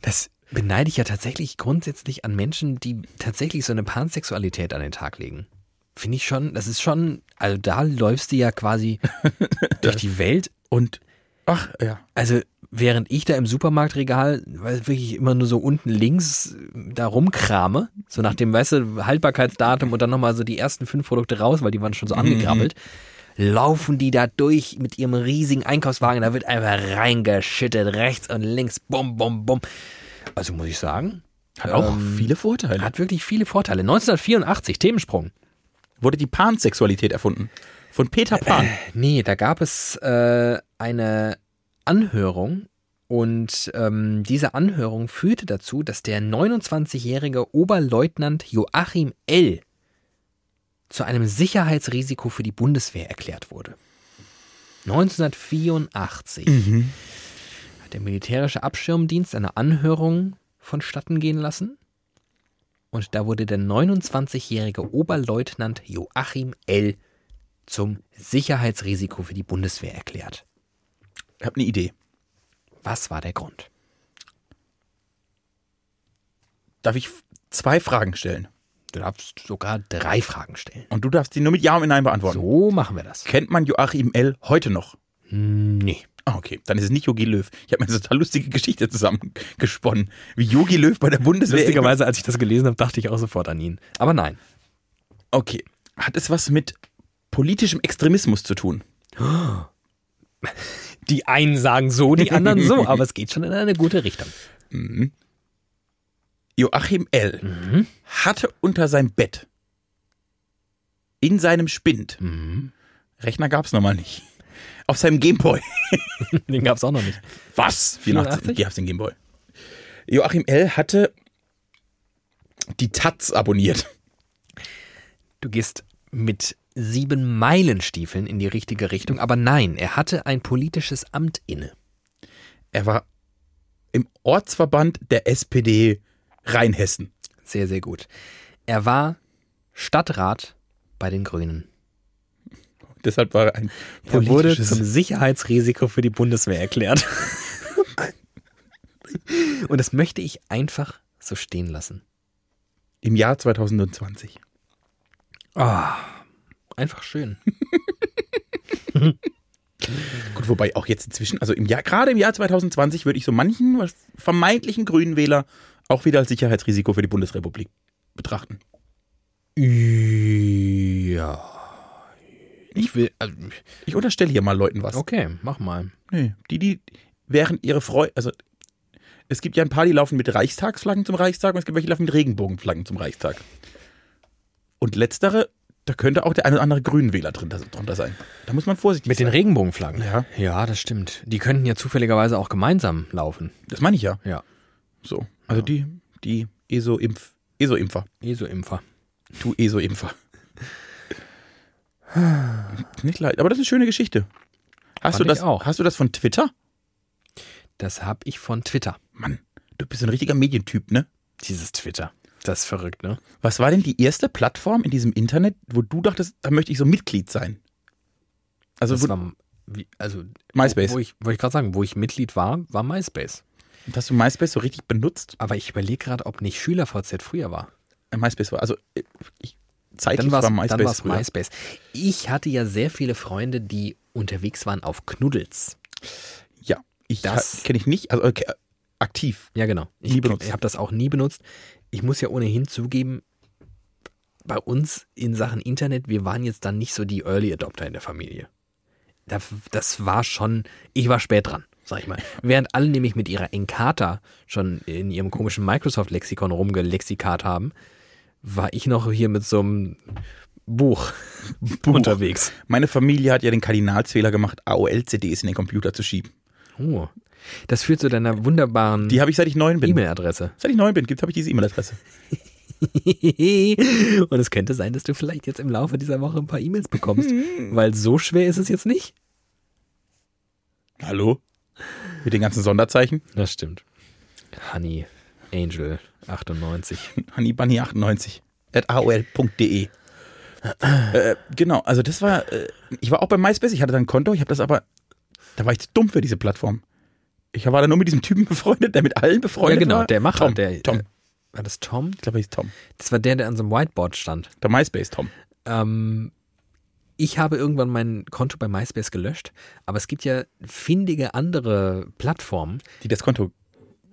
S1: Das beneide ich ja tatsächlich grundsätzlich an Menschen, die tatsächlich so eine Pansexualität an den Tag legen. Finde ich schon, das ist schon, also da läufst du ja quasi durch die Welt und
S2: Ach, ja.
S1: also während ich da im Supermarktregal weil wirklich immer nur so unten links da rumkrame, so nach dem, weißt du, Haltbarkeitsdatum und dann nochmal so die ersten fünf Produkte raus, weil die waren schon so angegrabbelt, laufen die da durch mit ihrem riesigen Einkaufswagen, da wird einfach reingeschüttet, rechts und links, bum, bum, bum. Also muss ich sagen,
S2: Hat auch
S1: ähm,
S2: viele Vorteile.
S1: hat wirklich viele Vorteile. 1984, Themensprung.
S2: wurde die Pansexualität erfunden. Von Peter Pan.
S1: Nee, da gab es äh, eine Anhörung und ähm, diese Anhörung führte dazu, dass der 29-jährige Oberleutnant Joachim L. zu einem Sicherheitsrisiko für die Bundeswehr erklärt wurde. 1984 hat der militärische Abschirmdienst eine Anhörung vonstatten gehen lassen und da wurde der 29-jährige Oberleutnant Joachim L zum Sicherheitsrisiko für die Bundeswehr erklärt.
S2: Ich habe eine Idee.
S1: Was war der Grund?
S2: Darf ich f- zwei Fragen stellen?
S1: Du darfst sogar drei Fragen stellen.
S2: Und du darfst die nur mit Ja und mit Nein beantworten.
S1: So machen wir das.
S2: Kennt man Joachim L. heute noch?
S1: Nee.
S2: Ah, okay. Dann ist es nicht Jogi Löw. Ich habe mir eine total lustige Geschichte zusammengesponnen. Wie Jogi Löw bei der Bundeswehr.
S1: Lustigerweise, als ich das gelesen habe, dachte ich auch sofort an ihn. Aber nein.
S2: Okay. Hat es was mit politischem Extremismus zu tun?
S1: Die einen sagen so, die anderen <laughs> so, aber es geht schon in eine gute Richtung.
S2: Joachim L. hatte unter seinem Bett in seinem Spind, Rechner gab's noch mal nicht, auf seinem Gameboy.
S1: <laughs> Den gab es auch noch nicht.
S2: Was?
S1: 84?
S2: Die gab's den Gameboy. Joachim L. hatte die Taz abonniert.
S1: Du gehst mit sieben Meilenstiefeln in die richtige Richtung, aber nein, er hatte ein politisches Amt inne.
S2: Er war im Ortsverband der SPD Rheinhessen.
S1: Sehr, sehr gut. Er war Stadtrat bei den Grünen.
S2: Deshalb war er ein
S1: Er wurde
S2: politisches...
S1: zum Sicherheitsrisiko für die Bundeswehr erklärt. <laughs> Und das möchte ich einfach so stehen lassen.
S2: Im Jahr 2020.
S1: Ah. Einfach schön.
S2: Gut, wobei auch jetzt inzwischen, also im Jahr, gerade im Jahr 2020 würde ich so manchen vermeintlichen grünen Wähler auch wieder als Sicherheitsrisiko für die Bundesrepublik betrachten.
S1: Ja. Ich will. Also,
S2: Ich unterstelle hier mal Leuten was.
S1: okay, mach mal.
S2: Nee, die, die während ihre Freude, also es gibt ja ein paar, die laufen mit Reichstagsflaggen zum Reichstag und es gibt welche, die laufen mit Regenbogenflaggen zum Reichstag. Und letztere, da könnte auch der eine oder andere Grünwähler drin, drunter sein. Da muss man vorsichtig
S1: Mit den
S2: sein.
S1: Regenbogenflaggen.
S2: Ja.
S1: Ja, das stimmt. Die könnten ja zufälligerweise auch gemeinsam laufen.
S2: Das meine ich ja.
S1: Ja.
S2: So. Also die, die ESO-Impf, ESO-Impfer.
S1: ESO-Impfer.
S2: Du ESO-Impfer. Nicht leid, aber das ist eine schöne Geschichte. Hast
S1: Fand
S2: du, das,
S1: ich auch.
S2: hast du das von Twitter?
S1: Das habe ich von Twitter.
S2: Mann, du bist so ein richtiger Medientyp, ne?
S1: Dieses Twitter. Das ist verrückt, ne?
S2: Was war denn die erste Plattform in diesem Internet, wo du dachtest, da möchte ich so Mitglied sein? Also
S1: Das
S2: wo,
S1: war, wie, also,
S2: MySpace.
S1: Wo ich, wollte ich gerade sagen, wo ich Mitglied war, war MySpace.
S2: hast du MySpace so richtig benutzt?
S1: Aber ich überlege gerade, ob nicht SchülerVZ früher war.
S2: Äh, MySpace war also äh, ich, zeitlich
S1: Dann war's-
S2: war
S1: dann war
S2: MySpace
S1: es
S2: früher.
S1: MySpace. Ich hatte ja sehr viele Freunde, die unterwegs waren auf Knuddels.
S2: Ja, ich
S1: Das-
S2: kenne ich nicht. Also okay, äh, aktiv.
S1: Ja, genau. Ich,
S2: Nie benutzt.
S1: ich habe das auch nie benutzt. Ich muss ja ohnehin zugeben, bei uns in Sachen Internet, wir waren jetzt dann nicht so die Early Adopter in der Familie. Da- Das war schon, ich war spät dran, sag ich mal. Während alle nämlich mit ihrer Encarta schon in ihrem komischen Microsoft-Lexikon rumgelexikat haben, war ich noch hier mit so einem Buch, <laughs> unterwegs.
S2: Meine Familie hat ja den Kardinalsfehler gemacht, AOL-CDs in den Computer zu schieben.
S1: Oh. Das führt zu deiner wunderbaren
S2: Die habe ich seit ich neun
S1: <laughs>
S2: bin.
S1: E-Mail-Adresse.
S2: Seit ich neun bin, gibt habe ich diese E-Mail-Adresse.
S1: Und es könnte sein, dass du vielleicht jetzt im Laufe dieser Woche ein paar E-Mails bekommst, weil so schwer ist es jetzt nicht.
S2: Hallo? Mit den ganzen Sonderzeichen?
S1: Das stimmt. Honey Angel 98.
S2: Honeybunny98 at aol.de.
S1: E.
S2: äh, genau, also das war, äh, ich war auch bei MySpace, ich hatte dann ein Konto, ich habe das aber, da war ich zu dumm für diese Plattform. Ich war da nur mit diesem Typen befreundet, der mit allen
S1: Ja,
S2: befreundet
S1: genau,
S2: war.
S1: der Macher.
S2: Tom,
S1: der,
S2: Tom.
S1: Äh, war das Tom?
S2: Ich glaube, er hieß Tom.
S1: Das war der, der an so einem Whiteboard stand.
S2: Der MySpace-Tom.
S1: Ähm, ich habe irgendwann mein Konto bei MySpace gelöscht, aber es gibt ja findige andere Plattformen,
S2: Die das Konto.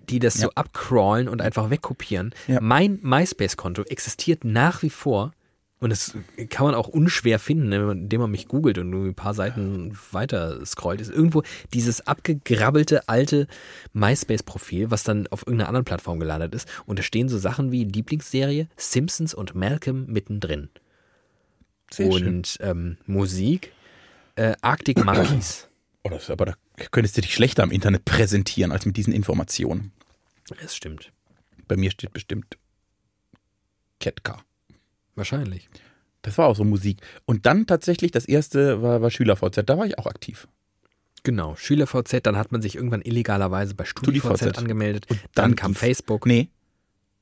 S1: die das so
S2: Ja.
S1: abcrawlen und einfach wegkopieren.
S2: Ja.
S1: Mein MySpace-Konto existiert nach wie vor und das kann man auch unschwer finden, ne, wenn man- indem man mich googelt und nur ein paar Seiten weiter scrollt. Ist irgendwo dieses abgegrabbelte alte MySpace-Profil, was dann auf irgendeiner anderen Plattform gelandet ist. Und da stehen so Sachen wie Lieblingsserie, Simpsons und Malcolm mittendrin.
S2: Sehr schön.
S1: und ähm, Musik, äh, Arctic Monkeys. <clears throat>
S2: Oh, das, ist aber da könntest du dich schlechter am Internet präsentieren als mit diesen Informationen.
S1: es stimmt.
S2: Bei mir steht bestimmt Ketka.
S1: Wahrscheinlich.
S2: Das war auch so Musik. Und dann tatsächlich das erste war, war SchülerVZ. Da war ich auch aktiv.
S1: Genau, SchülerVZ, dann hat man sich irgendwann illegalerweise bei StudiVZ
S2: StudiVZ.
S1: angemeldet.
S2: Und
S1: Dann
S2: dann
S1: kam
S2: dies-
S1: Facebook.
S2: Nee.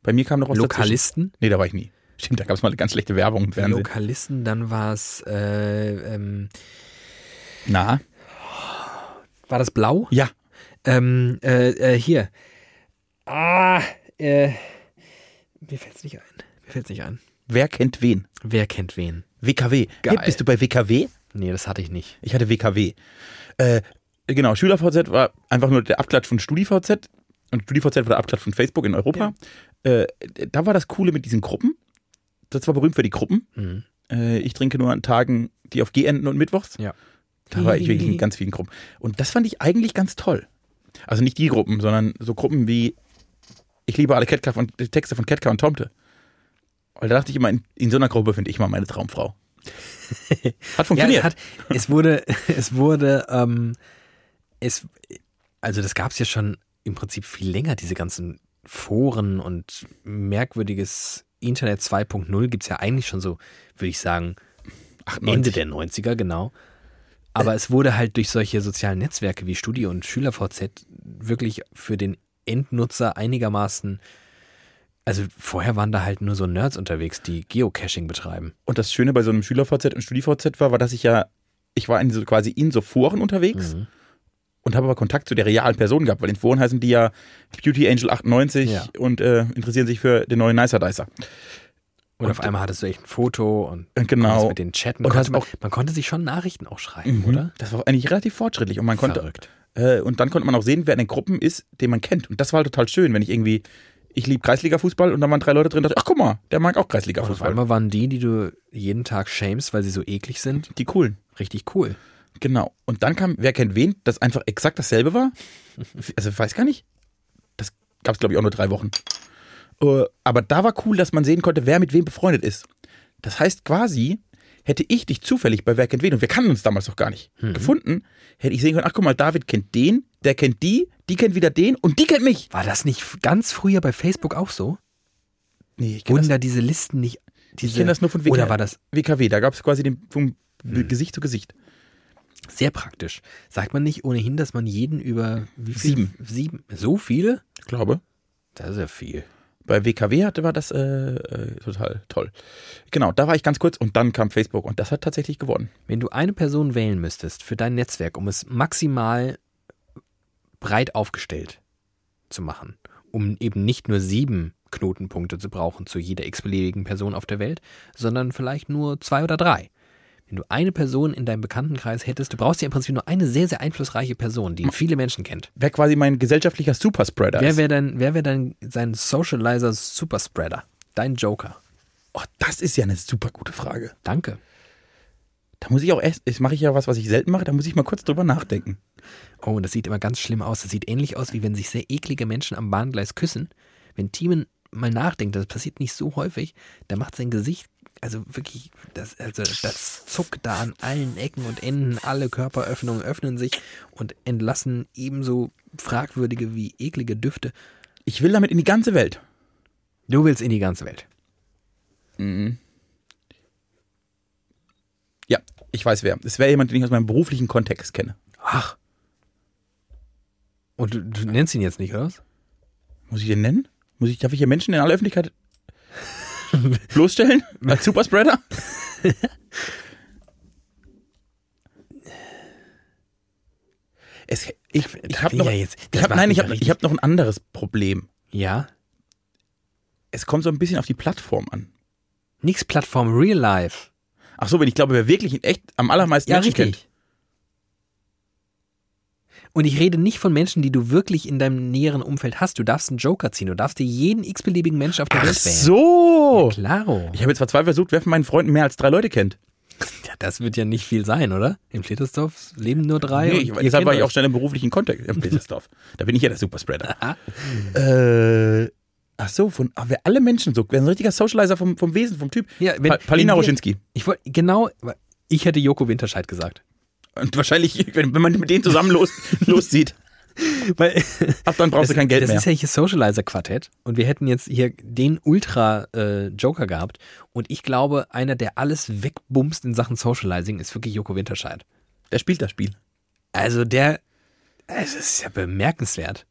S2: Bei mir kam noch was dazwischen.
S1: Lokalisten.
S2: Nee, da war ich nie. Stimmt, da gab es mal eine ganz schlechte Werbung im Fernsehen.
S1: Lokalisten, dann war es, äh, ähm,
S2: Na?
S1: war das blau?
S2: Ja.
S1: Ähm, äh, äh, hier. Ah, äh, mir fällt's nicht ein. Mir fällt's nicht ein.
S2: Wer kennt wen?
S1: Wer kennt wen?
S2: WKW.
S1: Geil.
S2: Hey, bist du bei WKW?
S1: Nee, das hatte ich nicht.
S2: Ich hatte WKW. Äh, genau, SchülerVZ war einfach nur der Abklatsch von StudiVZ. Und StudiVZ war der Abklatsch von Facebook in Europa. Äh, da war das Coole mit diesen Gruppen. Das war berühmt für die Gruppen.
S1: Mhm.
S2: Äh, ich trinke nur an Tagen, die auf G enden und Mittwochs.
S1: Ja.
S2: Da war ich wirklich in ganz vielen Gruppen. Und das fand ich eigentlich ganz toll. Also nicht die Gruppen, sondern so Gruppen wie Ich liebe alle Ketka von, die Texte von Ketka und Tomte. Weil da dachte ich immer, in, in so einer Gruppe finde ich mal meine Traumfrau.
S1: <laughs>
S2: Hat
S1: Ja,
S2: funktioniert.
S1: es, hat, es wurde, <laughs> es wurde, ähm, es, also das gab es ja schon im Prinzip viel länger, diese ganzen Foren und merkwürdiges Internet 2.0 gibt es ja eigentlich schon so, würde ich sagen, Ende
S2: 98.
S1: der 90er, genau. Aber es wurde halt durch solche sozialen Netzwerke wie Studio und SchülerVZ wirklich für den Endnutzer einigermaßen, also vorher waren da halt nur so Nerds unterwegs, die Geocaching betreiben.
S2: Und das Schöne bei so einem Schüler-VZ und StudiVZ war, war, dass ich ja, ich war in so, quasi in so Foren unterwegs
S1: Mhm.
S2: und habe aber Kontakt zu der realen Person gehabt, weil in Foren heißen die ja Beauty Angel 98
S1: Ja.
S2: und äh, interessieren sich für den neuen Nicer Dicer.
S1: Und, auf einmal hattest du echt ein Foto und
S2: Und genau.
S1: konntest mit den Chatten.
S2: Und
S1: Konnte
S2: hast
S1: man,
S2: auch-
S1: man konnte sich schon Nachrichten auch schreiben,
S2: Mhm.
S1: oder?
S2: Das war eigentlich relativ fortschrittlich und man konnte
S1: Verrückt.
S2: äh, und dann konnte man auch sehen, wer in den Gruppen ist, den man kennt und das war halt total schön, wenn ich irgendwie ich liebe Kreisliga-Fußball und dann waren drei Leute drin, dachte ich, ach guck mal, der mag auch
S1: Und auf
S2: Kreisliga-Fußball.
S1: einmal waren die, die du jeden Tag shamest, weil sie so eklig sind,
S2: Die coolen.
S1: richtig cool.
S2: Genau. Und dann kam, wer kennt wen, das einfach exakt dasselbe <laughs> war. Also ich weiß gar nicht. Das gab es, glaube ich, auch nur drei Wochen. Äh, aber da war cool, dass man sehen konnte, wer mit wem befreundet ist. Das heißt quasi, hätte ich dich zufällig bei wer kennt wen, und wir kannten uns damals noch gar nicht, gefunden, hätte ich sehen können, ach guck mal, David kennt den, der kennt die, die kennt wieder den und die kennt mich.
S1: War das nicht f- ganz früher bei Facebook auch so?
S2: Nee, ich kenn
S1: Wurden
S2: das,
S1: da diese Listen nicht. Diese,
S2: kenn das nur von WKW.
S1: Oder war das
S2: WKW, da gab es quasi den vom Gesicht zu Gesicht.
S1: sehr praktisch? Sagt man nicht ohnehin, dass man jeden über wie viel?
S2: Sieben.
S1: Sieben. So viele?
S2: Ich glaube.
S1: Das ist ja viel.
S2: Bei WKW hatte war das äh, äh, total toll. Genau, da war ich ganz kurz und dann kam Facebook und das hat tatsächlich gewonnen.
S1: Wenn du eine Person wählen müsstest für dein Netzwerk, um es maximal breit aufgestellt zu machen, um eben nicht nur sieben Knotenpunkte zu brauchen zu jeder x-beliebigen Person auf der Welt, sondern vielleicht nur zwei oder drei. Wenn du eine Person in deinem Bekanntenkreis hättest, du brauchst ja im Prinzip nur eine sehr, sehr einflussreiche Person, die viele Menschen kennt.
S2: Wer quasi mein gesellschaftlicher Superspreader
S1: Wer
S2: ist.
S1: wäre dein, wer wär dein sein Socializer Superspreader? Dein Joker.
S2: Oh, das ist ja eine super gute Frage.
S1: Danke.
S2: Da muss ich auch erst, das mache ich ja was, was ich selten mache, da muss ich mal kurz drüber nachdenken.
S1: Oh, das sieht immer ganz schlimm aus. Das sieht ähnlich aus, wie wenn sich sehr eklige Menschen am Bahngleis küssen. Wenn Thiemen mal nachdenkt, das passiert nicht so häufig, da macht sein Gesicht, also wirklich, das, also das zuckt da an allen Ecken und Enden, alle Körperöffnungen öffnen sich und entlassen ebenso fragwürdige wie eklige Düfte.
S2: Ich will damit in die ganze Welt.
S1: Du willst in die ganze Welt.
S2: Ja, ich weiß wer. Es wäre jemand, den ich aus meinem beruflichen Kontext kenne.
S1: Ach. Und du, du nennst ihn jetzt nicht, oder? was?
S2: Muss ich den nennen? Muss ich, darf ich hier Menschen in aller Öffentlichkeit <laughs> bloßstellen? Als Superspreader? Es, ich ich
S1: ich
S2: habe
S1: will
S2: noch,
S1: ja jetzt-
S2: ich
S1: das
S2: hab,
S1: macht
S2: nein,
S1: mich
S2: ich
S1: ja
S2: habe
S1: richtig-
S2: hab noch ein anderes Problem.
S1: Ja.
S2: Es kommt so ein bisschen auf die Plattform an.
S1: Nix Plattform Real Life.
S2: Ach so, wenn ich glaube, wer wirklich in echt am allermeisten
S1: Ja,
S2: Menschen kennt.
S1: richtig. Und ich rede nicht von Menschen, die du wirklich in deinem näheren Umfeld hast. Du darfst einen Joker ziehen. Du darfst dir jeden x-beliebigen Menschen auf der
S2: Ach
S1: Welt wählen.
S2: so.
S1: Klaro.
S2: Ich habe jetzt verzweifelt versucht, wer von meinen Freunden mehr als drei Leute kennt.
S1: Ja, das wird ja nicht viel sein, oder? Im Flittersdorf leben nur drei.
S2: Nee,
S1: und
S2: ich,
S1: ihr
S2: deshalb
S1: kennt
S2: war ich
S1: euch.
S2: auch schnell im beruflichen Kontext im Petersdorf. da bin ich ja der Superspreader. äh, ach so, von, ah, wer alle Menschen so, wer ein richtiger Socializer vom, vom Wesen, vom Typ.
S1: Ja, wenn-
S2: pa Palina
S1: wenn wir-
S2: Roschinski.
S1: Ich wollte genau, ich hätte Joko Winterscheid gesagt.
S2: Und wahrscheinlich, wenn, wenn man mit denen
S1: <laughs>
S2: zusammen los, loszieht,
S1: Weil
S2: ab dann brauchst du kein Geld
S1: das
S2: mehr.
S1: ist ja hier Socializer Quartett und wir hätten jetzt hier den Ultra äh, Joker gehabt und ich glaube, einer der alles wegbumst in Sachen Socializing ist wirklich Joko Winterscheid.
S2: der spielt das Spiel.
S1: Also der es ist ja bemerkenswert.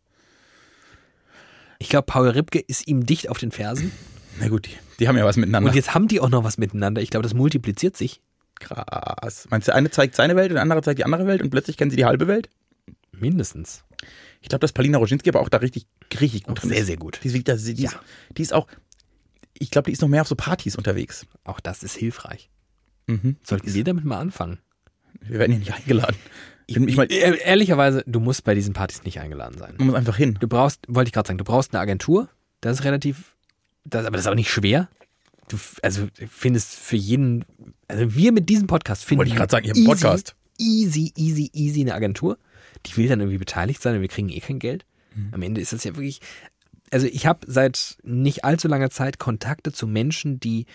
S1: Ich glaube, Paul Ripke ist ihm dicht auf den Fersen.
S2: Na gut, die, die haben ja was miteinander.
S1: Und jetzt haben die auch noch was miteinander. Ich glaube, das multipliziert sich.
S2: Krass. Meinst du, der eine zeigt seine Welt und der andere zeigt die andere Welt und plötzlich kennen sie die halbe Welt?
S1: Mindestens.
S2: Ich glaube, dass Palina Roschinski aber auch da richtig, richtig gut
S1: Auch
S2: drin
S1: sehr,
S2: ist.
S1: sehr gut.
S2: Die ist, wirklich- die, die,
S1: Ja.
S2: ist, die ist auch, ich glaube, die ist noch mehr auf so Partys unterwegs.
S1: Auch das ist hilfreich.
S2: Mhm.
S1: Sollten wir damit mal anfangen?
S2: Wir werden hier nicht eingeladen. Ich, ich meine,
S1: Ehr- Ehrlicherweise, du musst bei diesen Partys nicht eingeladen sein.
S2: man muss einfach hin.
S1: Du brauchst, wollte ich gerade sagen, du brauchst eine Agentur. Das ist relativ, das, aber das ist auch nicht schwer. Du, f- also findest für jeden, also wir mit diesem Podcast finden
S2: Wollte ich gerade sagen, ihr habt einen
S1: easy,
S2: Podcast.
S1: easy, easy, easy eine Agentur. Die will dann irgendwie beteiligt sein und wir kriegen eh kein Geld.
S2: Mhm.
S1: Am Ende ist das ja wirklich, also ich habe seit nicht allzu langer Zeit Kontakte zu Menschen, die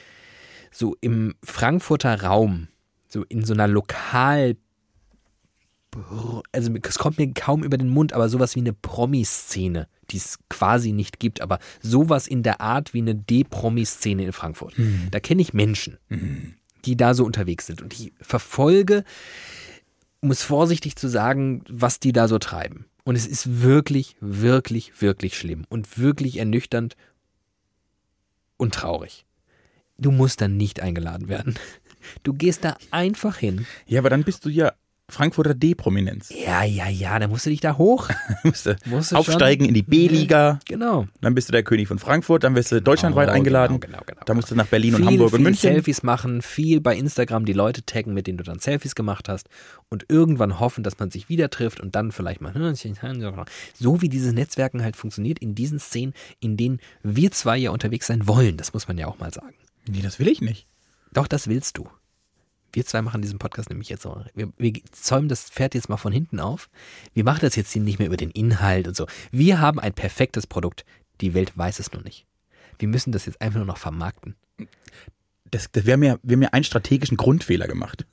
S1: so im Frankfurter Raum, so in so einer Lokal, also es kommt mir kaum über den Mund, aber sowas wie eine Promi-Szene, die es quasi nicht gibt, aber sowas in der Art wie eine D-Promi-Szene in Frankfurt. Da kenne ich Menschen, die da so unterwegs sind und ich verfolge, um es vorsichtig zu sagen, was die da so treiben. Und es ist wirklich, wirklich, wirklich schlimm und wirklich ernüchternd und traurig. Du musst dann nicht eingeladen werden. Du gehst da einfach hin.
S2: Ja, aber dann bist du ja Frankfurter D-Prominenz. <laughs>
S1: Ja, ja, ja, dann musst du dich da hoch.
S2: Du musst, äh,
S1: Musst du
S2: aufsteigen in die B-Liga,
S1: Genau.
S2: dann bist du der König von Frankfurt, dann wirst du deutschlandweit
S1: Genau,
S2: eingeladen.
S1: genau, genau, genau,
S2: dann musst du nach Berlin
S1: viel,
S2: und Hamburg
S1: viel
S2: und München.
S1: Selfies machen, viel bei Instagram die Leute taggen, mit denen du dann Selfies gemacht hast und irgendwann hoffen, dass man sich wieder trifft und dann vielleicht mal <laughs> so wie dieses Netzwerken halt funktioniert in diesen Szenen, in denen wir zwei ja unterwegs sein wollen, das muss man ja auch mal sagen.
S2: Nee, das will ich nicht.
S1: Doch das willst du. Wir zwei machen diesen Podcast nämlich jetzt so. Wir, wir zäumen das Pferd jetzt mal von hinten auf. Wir machen das jetzt hier nicht mehr über den Inhalt und so. Wir haben ein perfektes Produkt. Die Welt weiß es nur nicht. Wir müssen das jetzt einfach nur noch vermarkten.
S2: Das, das, wir, haben ja, wir haben ja einen strategischen Grundfehler gemacht.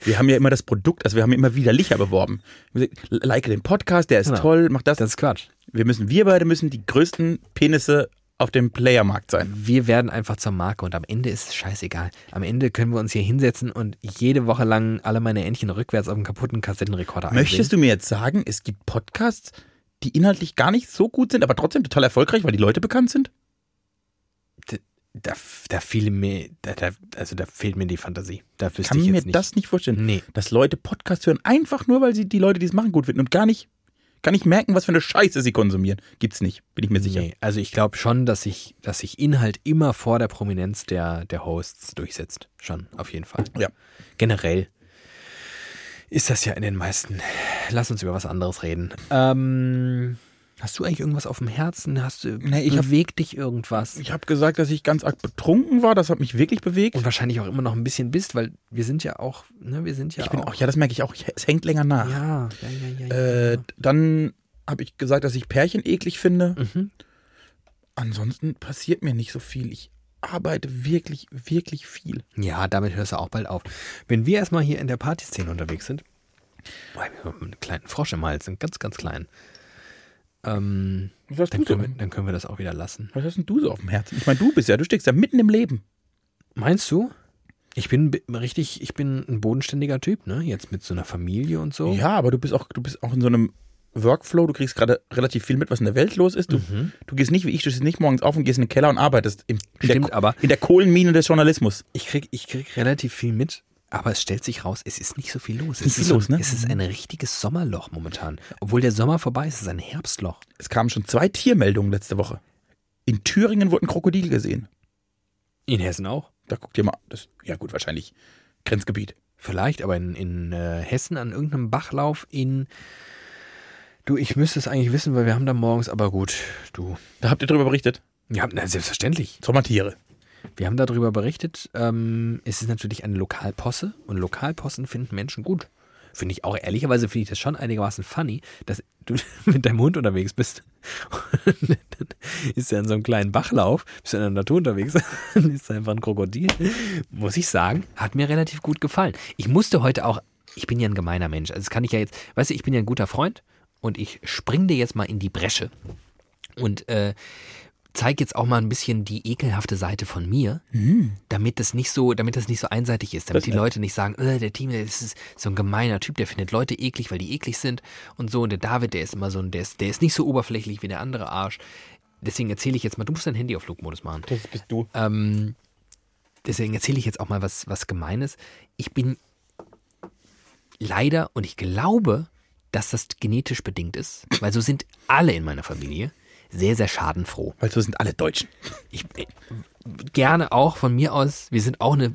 S2: Wir haben ja immer das Produkt, also wir haben immer widerlicher beworben. Wir haben gesagt, Like den Podcast, der ist
S1: Genau.
S2: toll, mach das.
S1: Das ist Quatsch.
S2: Wir müssen, wir beide müssen die größten Penisse auf dem Playermarkt sein.
S1: Wir werden einfach zur Marke und am Ende ist es scheißegal. Am Ende können wir uns hier hinsetzen und jede Woche lang alle meine Entchen rückwärts auf dem kaputten Kassettenrekorder
S2: Möchtest du mir jetzt sagen, es gibt Podcasts, die inhaltlich gar nicht so gut sind, aber trotzdem total erfolgreich, weil die Leute bekannt sind?
S1: Da, da, fiel mir, da, da, also da fehlt mir die Fantasie. Da wüsste
S2: Kann
S1: ich
S2: mir
S1: jetzt nicht.
S2: das nicht vorstellen.
S1: Nee.
S2: Dass Leute Podcasts hören, einfach nur, weil sie die Leute, die es machen, gut finden und gar nicht, gar nicht merken, was für eine Scheiße sie konsumieren. Gibt's nicht, bin ich mir sicher.
S1: Nee, also ich glaube schon, dass sich dass sich Inhalt immer vor der Prominenz der, der Hosts durchsetzt. Schon, auf jeden Fall.
S2: Ja.
S1: Generell ist das ja in den meisten. Lass uns über was anderes reden. Ähm, hast du eigentlich irgendwas auf dem Herzen? Hast du
S2: Nee, ich hab-
S1: bewegt dich irgendwas?
S2: Ich habe gesagt, dass ich ganz arg betrunken war, das hat mich wirklich bewegt.
S1: Und wahrscheinlich auch immer noch ein bisschen bist, weil wir sind ja auch, ne, wir sind ja
S2: Ich bin
S1: auch.
S2: auch, ja, das merke ich auch. Ich, es hängt länger nach.
S1: ja, ja, ja, ja. ja.
S2: Äh, dann habe ich gesagt, dass ich Pärchen eklig finde.
S1: Mhm.
S2: Ansonsten passiert mir nicht so viel. Ich arbeite wirklich, wirklich viel.
S1: Ja, damit hörst du auch bald auf. Wenn wir erstmal hier in der Partyszene unterwegs sind, boah, wir haben einen kleinen Frosch im Hals, einen ganz, ganz kleinen. Ähm,
S2: Was hast,
S1: dann,
S2: du so,
S1: können wir, dann können wir das auch wieder lassen.
S2: was hast denn du so auf dem Herzen? Ich meine, du bist ja, du steckst ja mitten im Leben.
S1: Meinst du? Ich bin bi- richtig, ich bin ein bodenständiger Typ, ne? Jetzt mit so einer Familie und so.
S2: Ja, aber du bist auch, du bist auch in so einem Workflow. Du kriegst gerade relativ viel mit, was in der Welt los ist. Du, du gehst nicht wie ich, du stehst nicht morgens auf und gehst in den Keller und arbeitest. Im, in
S1: Stimmt,
S2: der, Ko-
S1: aber-
S2: In der Kohlenmine des Journalismus.
S1: Ich krieg, ich krieg relativ viel mit, Aber es stellt sich raus, es ist nicht so viel los.
S2: Nicht
S1: Es
S2: viel
S1: ist, so,
S2: los, ne?
S1: es ist ein richtiges Sommerloch momentan. Obwohl der Sommer vorbei ist, es ist ein Herbstloch.
S2: Es kamen schon zwei Tiermeldungen letzte Woche. In Thüringen wurde ein Krokodil gesehen.
S1: In Hessen auch.
S2: Da guckt ihr mal. Das, ja, gut, wahrscheinlich Grenzgebiet.
S1: Vielleicht, aber in, in äh, Hessen an irgendeinem Bachlauf in. Du, ich müsste es eigentlich wissen, weil wir haben da morgens, aber gut, du.
S2: Da habt ihr drüber berichtet.
S1: Ja, na, selbstverständlich.
S2: Sommertiere.
S1: Wir haben darüber berichtet. Ähm, es ist natürlich eine Lokalposse und Lokalpossen finden Menschen gut. Finde ich auch, ehrlicherweise finde ich das schon einigermaßen funny, dass du <laughs> mit deinem Hund unterwegs bist. Und dann ist er in so einem kleinen Bachlauf, bist du in der Natur unterwegs, <laughs> dann ist da einfach ein Krokodil. Muss ich sagen, hat mir relativ gut gefallen. Ich musste heute auch, ich bin ja ein gemeiner Mensch, also das kann ich ja jetzt, weißt du, ich bin ja ein guter Freund und ich spring dir jetzt mal in die Bresche und äh, zeig jetzt auch mal ein bisschen die ekelhafte Seite von mir, damit das nicht so, damit das nicht so einseitig ist, damit die
S2: Das-
S1: Leute nicht sagen, äh, der Team, der ist so ein gemeiner Typ, der findet Leute eklig, weil die eklig sind und so und der David, der ist immer so ein, der ist, der ist nicht so oberflächlich wie der andere Arsch. Deswegen erzähle ich jetzt mal, du musst dein Handy auf Flugmodus machen.
S2: Das bist du.
S1: Ähm, deswegen erzähle ich jetzt auch mal was, was Gemeines. Ich bin leider und ich glaube, dass das genetisch bedingt ist, weil so sind alle in meiner Familie sehr, sehr schadenfroh.
S2: Weil so sind alle Deutschen.
S1: Ich, äh, gerne auch von mir aus, wir sind auch eine, äh,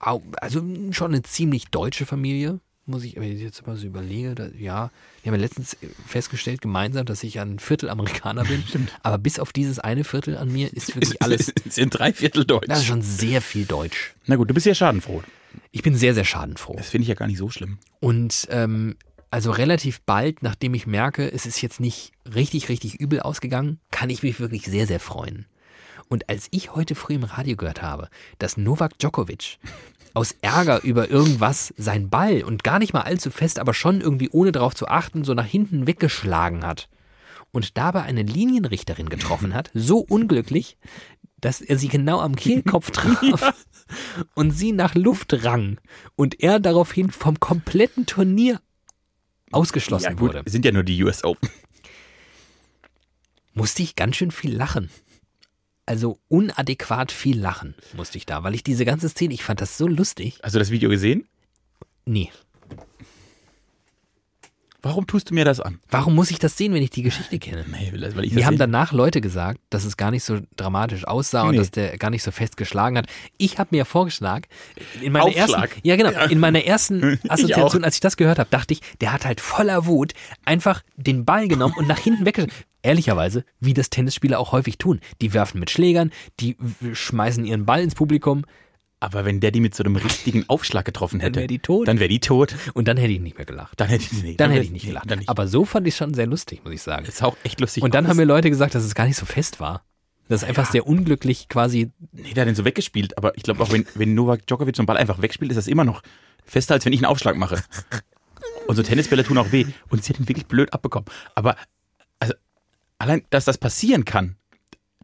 S1: au- also schon eine ziemlich deutsche Familie, muss ich, wenn ich jetzt mal so überlege, da, ja, wir haben ja letztens festgestellt gemeinsam, dass ich ein Viertel Amerikaner bin, aber bis auf dieses eine Viertel an mir ist
S2: <laughs>
S1: wirklich alles,
S2: sind drei Viertel Deutsch.
S1: das ist also schon sehr viel Deutsch.
S2: Na gut, du bist ja schadenfroh.
S1: Ich bin sehr, sehr schadenfroh.
S2: Das finde ich ja gar nicht so schlimm.
S1: Und ähm, also relativ bald, nachdem ich merke, es ist jetzt nicht richtig, richtig übel ausgegangen, kann ich mich wirklich sehr, sehr freuen. Und als ich heute früh im Radio gehört habe, dass Novak Djokovic aus Ärger über irgendwas seinen Ball und gar nicht mal allzu fest, aber schon irgendwie ohne drauf zu achten, so nach hinten weggeschlagen hat und dabei eine Linienrichterin getroffen hat, so unglücklich, dass er sie genau am Kehlkopf traf und sie nach Luft rang und er daraufhin vom kompletten Turnier ausgeschlossen wurde,
S2: es sind ja nur die US Open.
S1: musste ich ganz schön viel lachen. Also unadäquat viel lachen musste ich da, weil ich diese ganze Szene, ich fand das so lustig.
S2: Hast du das Video gesehen?
S1: Nee.
S2: Warum tust du mir das an?
S1: Warum muss ich das sehen, wenn ich die Geschichte kenne?
S2: Nee, weil ich
S1: Mir haben
S2: dann
S1: danach Leute gesagt, dass es gar nicht so dramatisch aussah und
S2: Nee.
S1: dass der gar nicht so fest geschlagen hat. Ich habe mir ja vorgeschlagen, in meiner
S2: Aufschlag.
S1: ersten, ja genau, in meiner ersten
S2: auch.
S1: Assoziation, als ich das gehört habe, dachte ich, der hat halt voller Wut einfach den Ball genommen und nach hinten weggeschlagen. Ehrlicherweise, wie das Tennisspieler auch häufig tun. Die werfen mit Schlägern, die w- schmeißen ihren Ball ins Publikum
S2: Aber wenn der die mit so einem richtigen Aufschlag getroffen hätte,
S1: wär die tot.
S2: Dann wäre die tot.
S1: und dann hätte ich nicht mehr gelacht.
S2: Dann hätte ich nicht.
S1: Dann hätte ich nicht
S2: nee,
S1: gelacht.
S2: Dann nicht.
S1: Aber so fand ich schon sehr lustig, muss ich sagen.
S2: ist auch echt lustig.
S1: Und dann
S2: aus.
S1: haben mir Leute gesagt, dass es gar nicht so fest war. Dass es einfach sehr unglücklich quasi
S2: Nee, der hat den so weggespielt. Aber ich glaube auch, wenn, wenn Novak Djokovic so einen Ball einfach wegspielt, ist das immer noch fester, als wenn ich einen Aufschlag mache. Und so Tennisbälle tun auch weh. Und sie hat ihn wirklich blöd abbekommen. Aber also, allein, dass das passieren kann,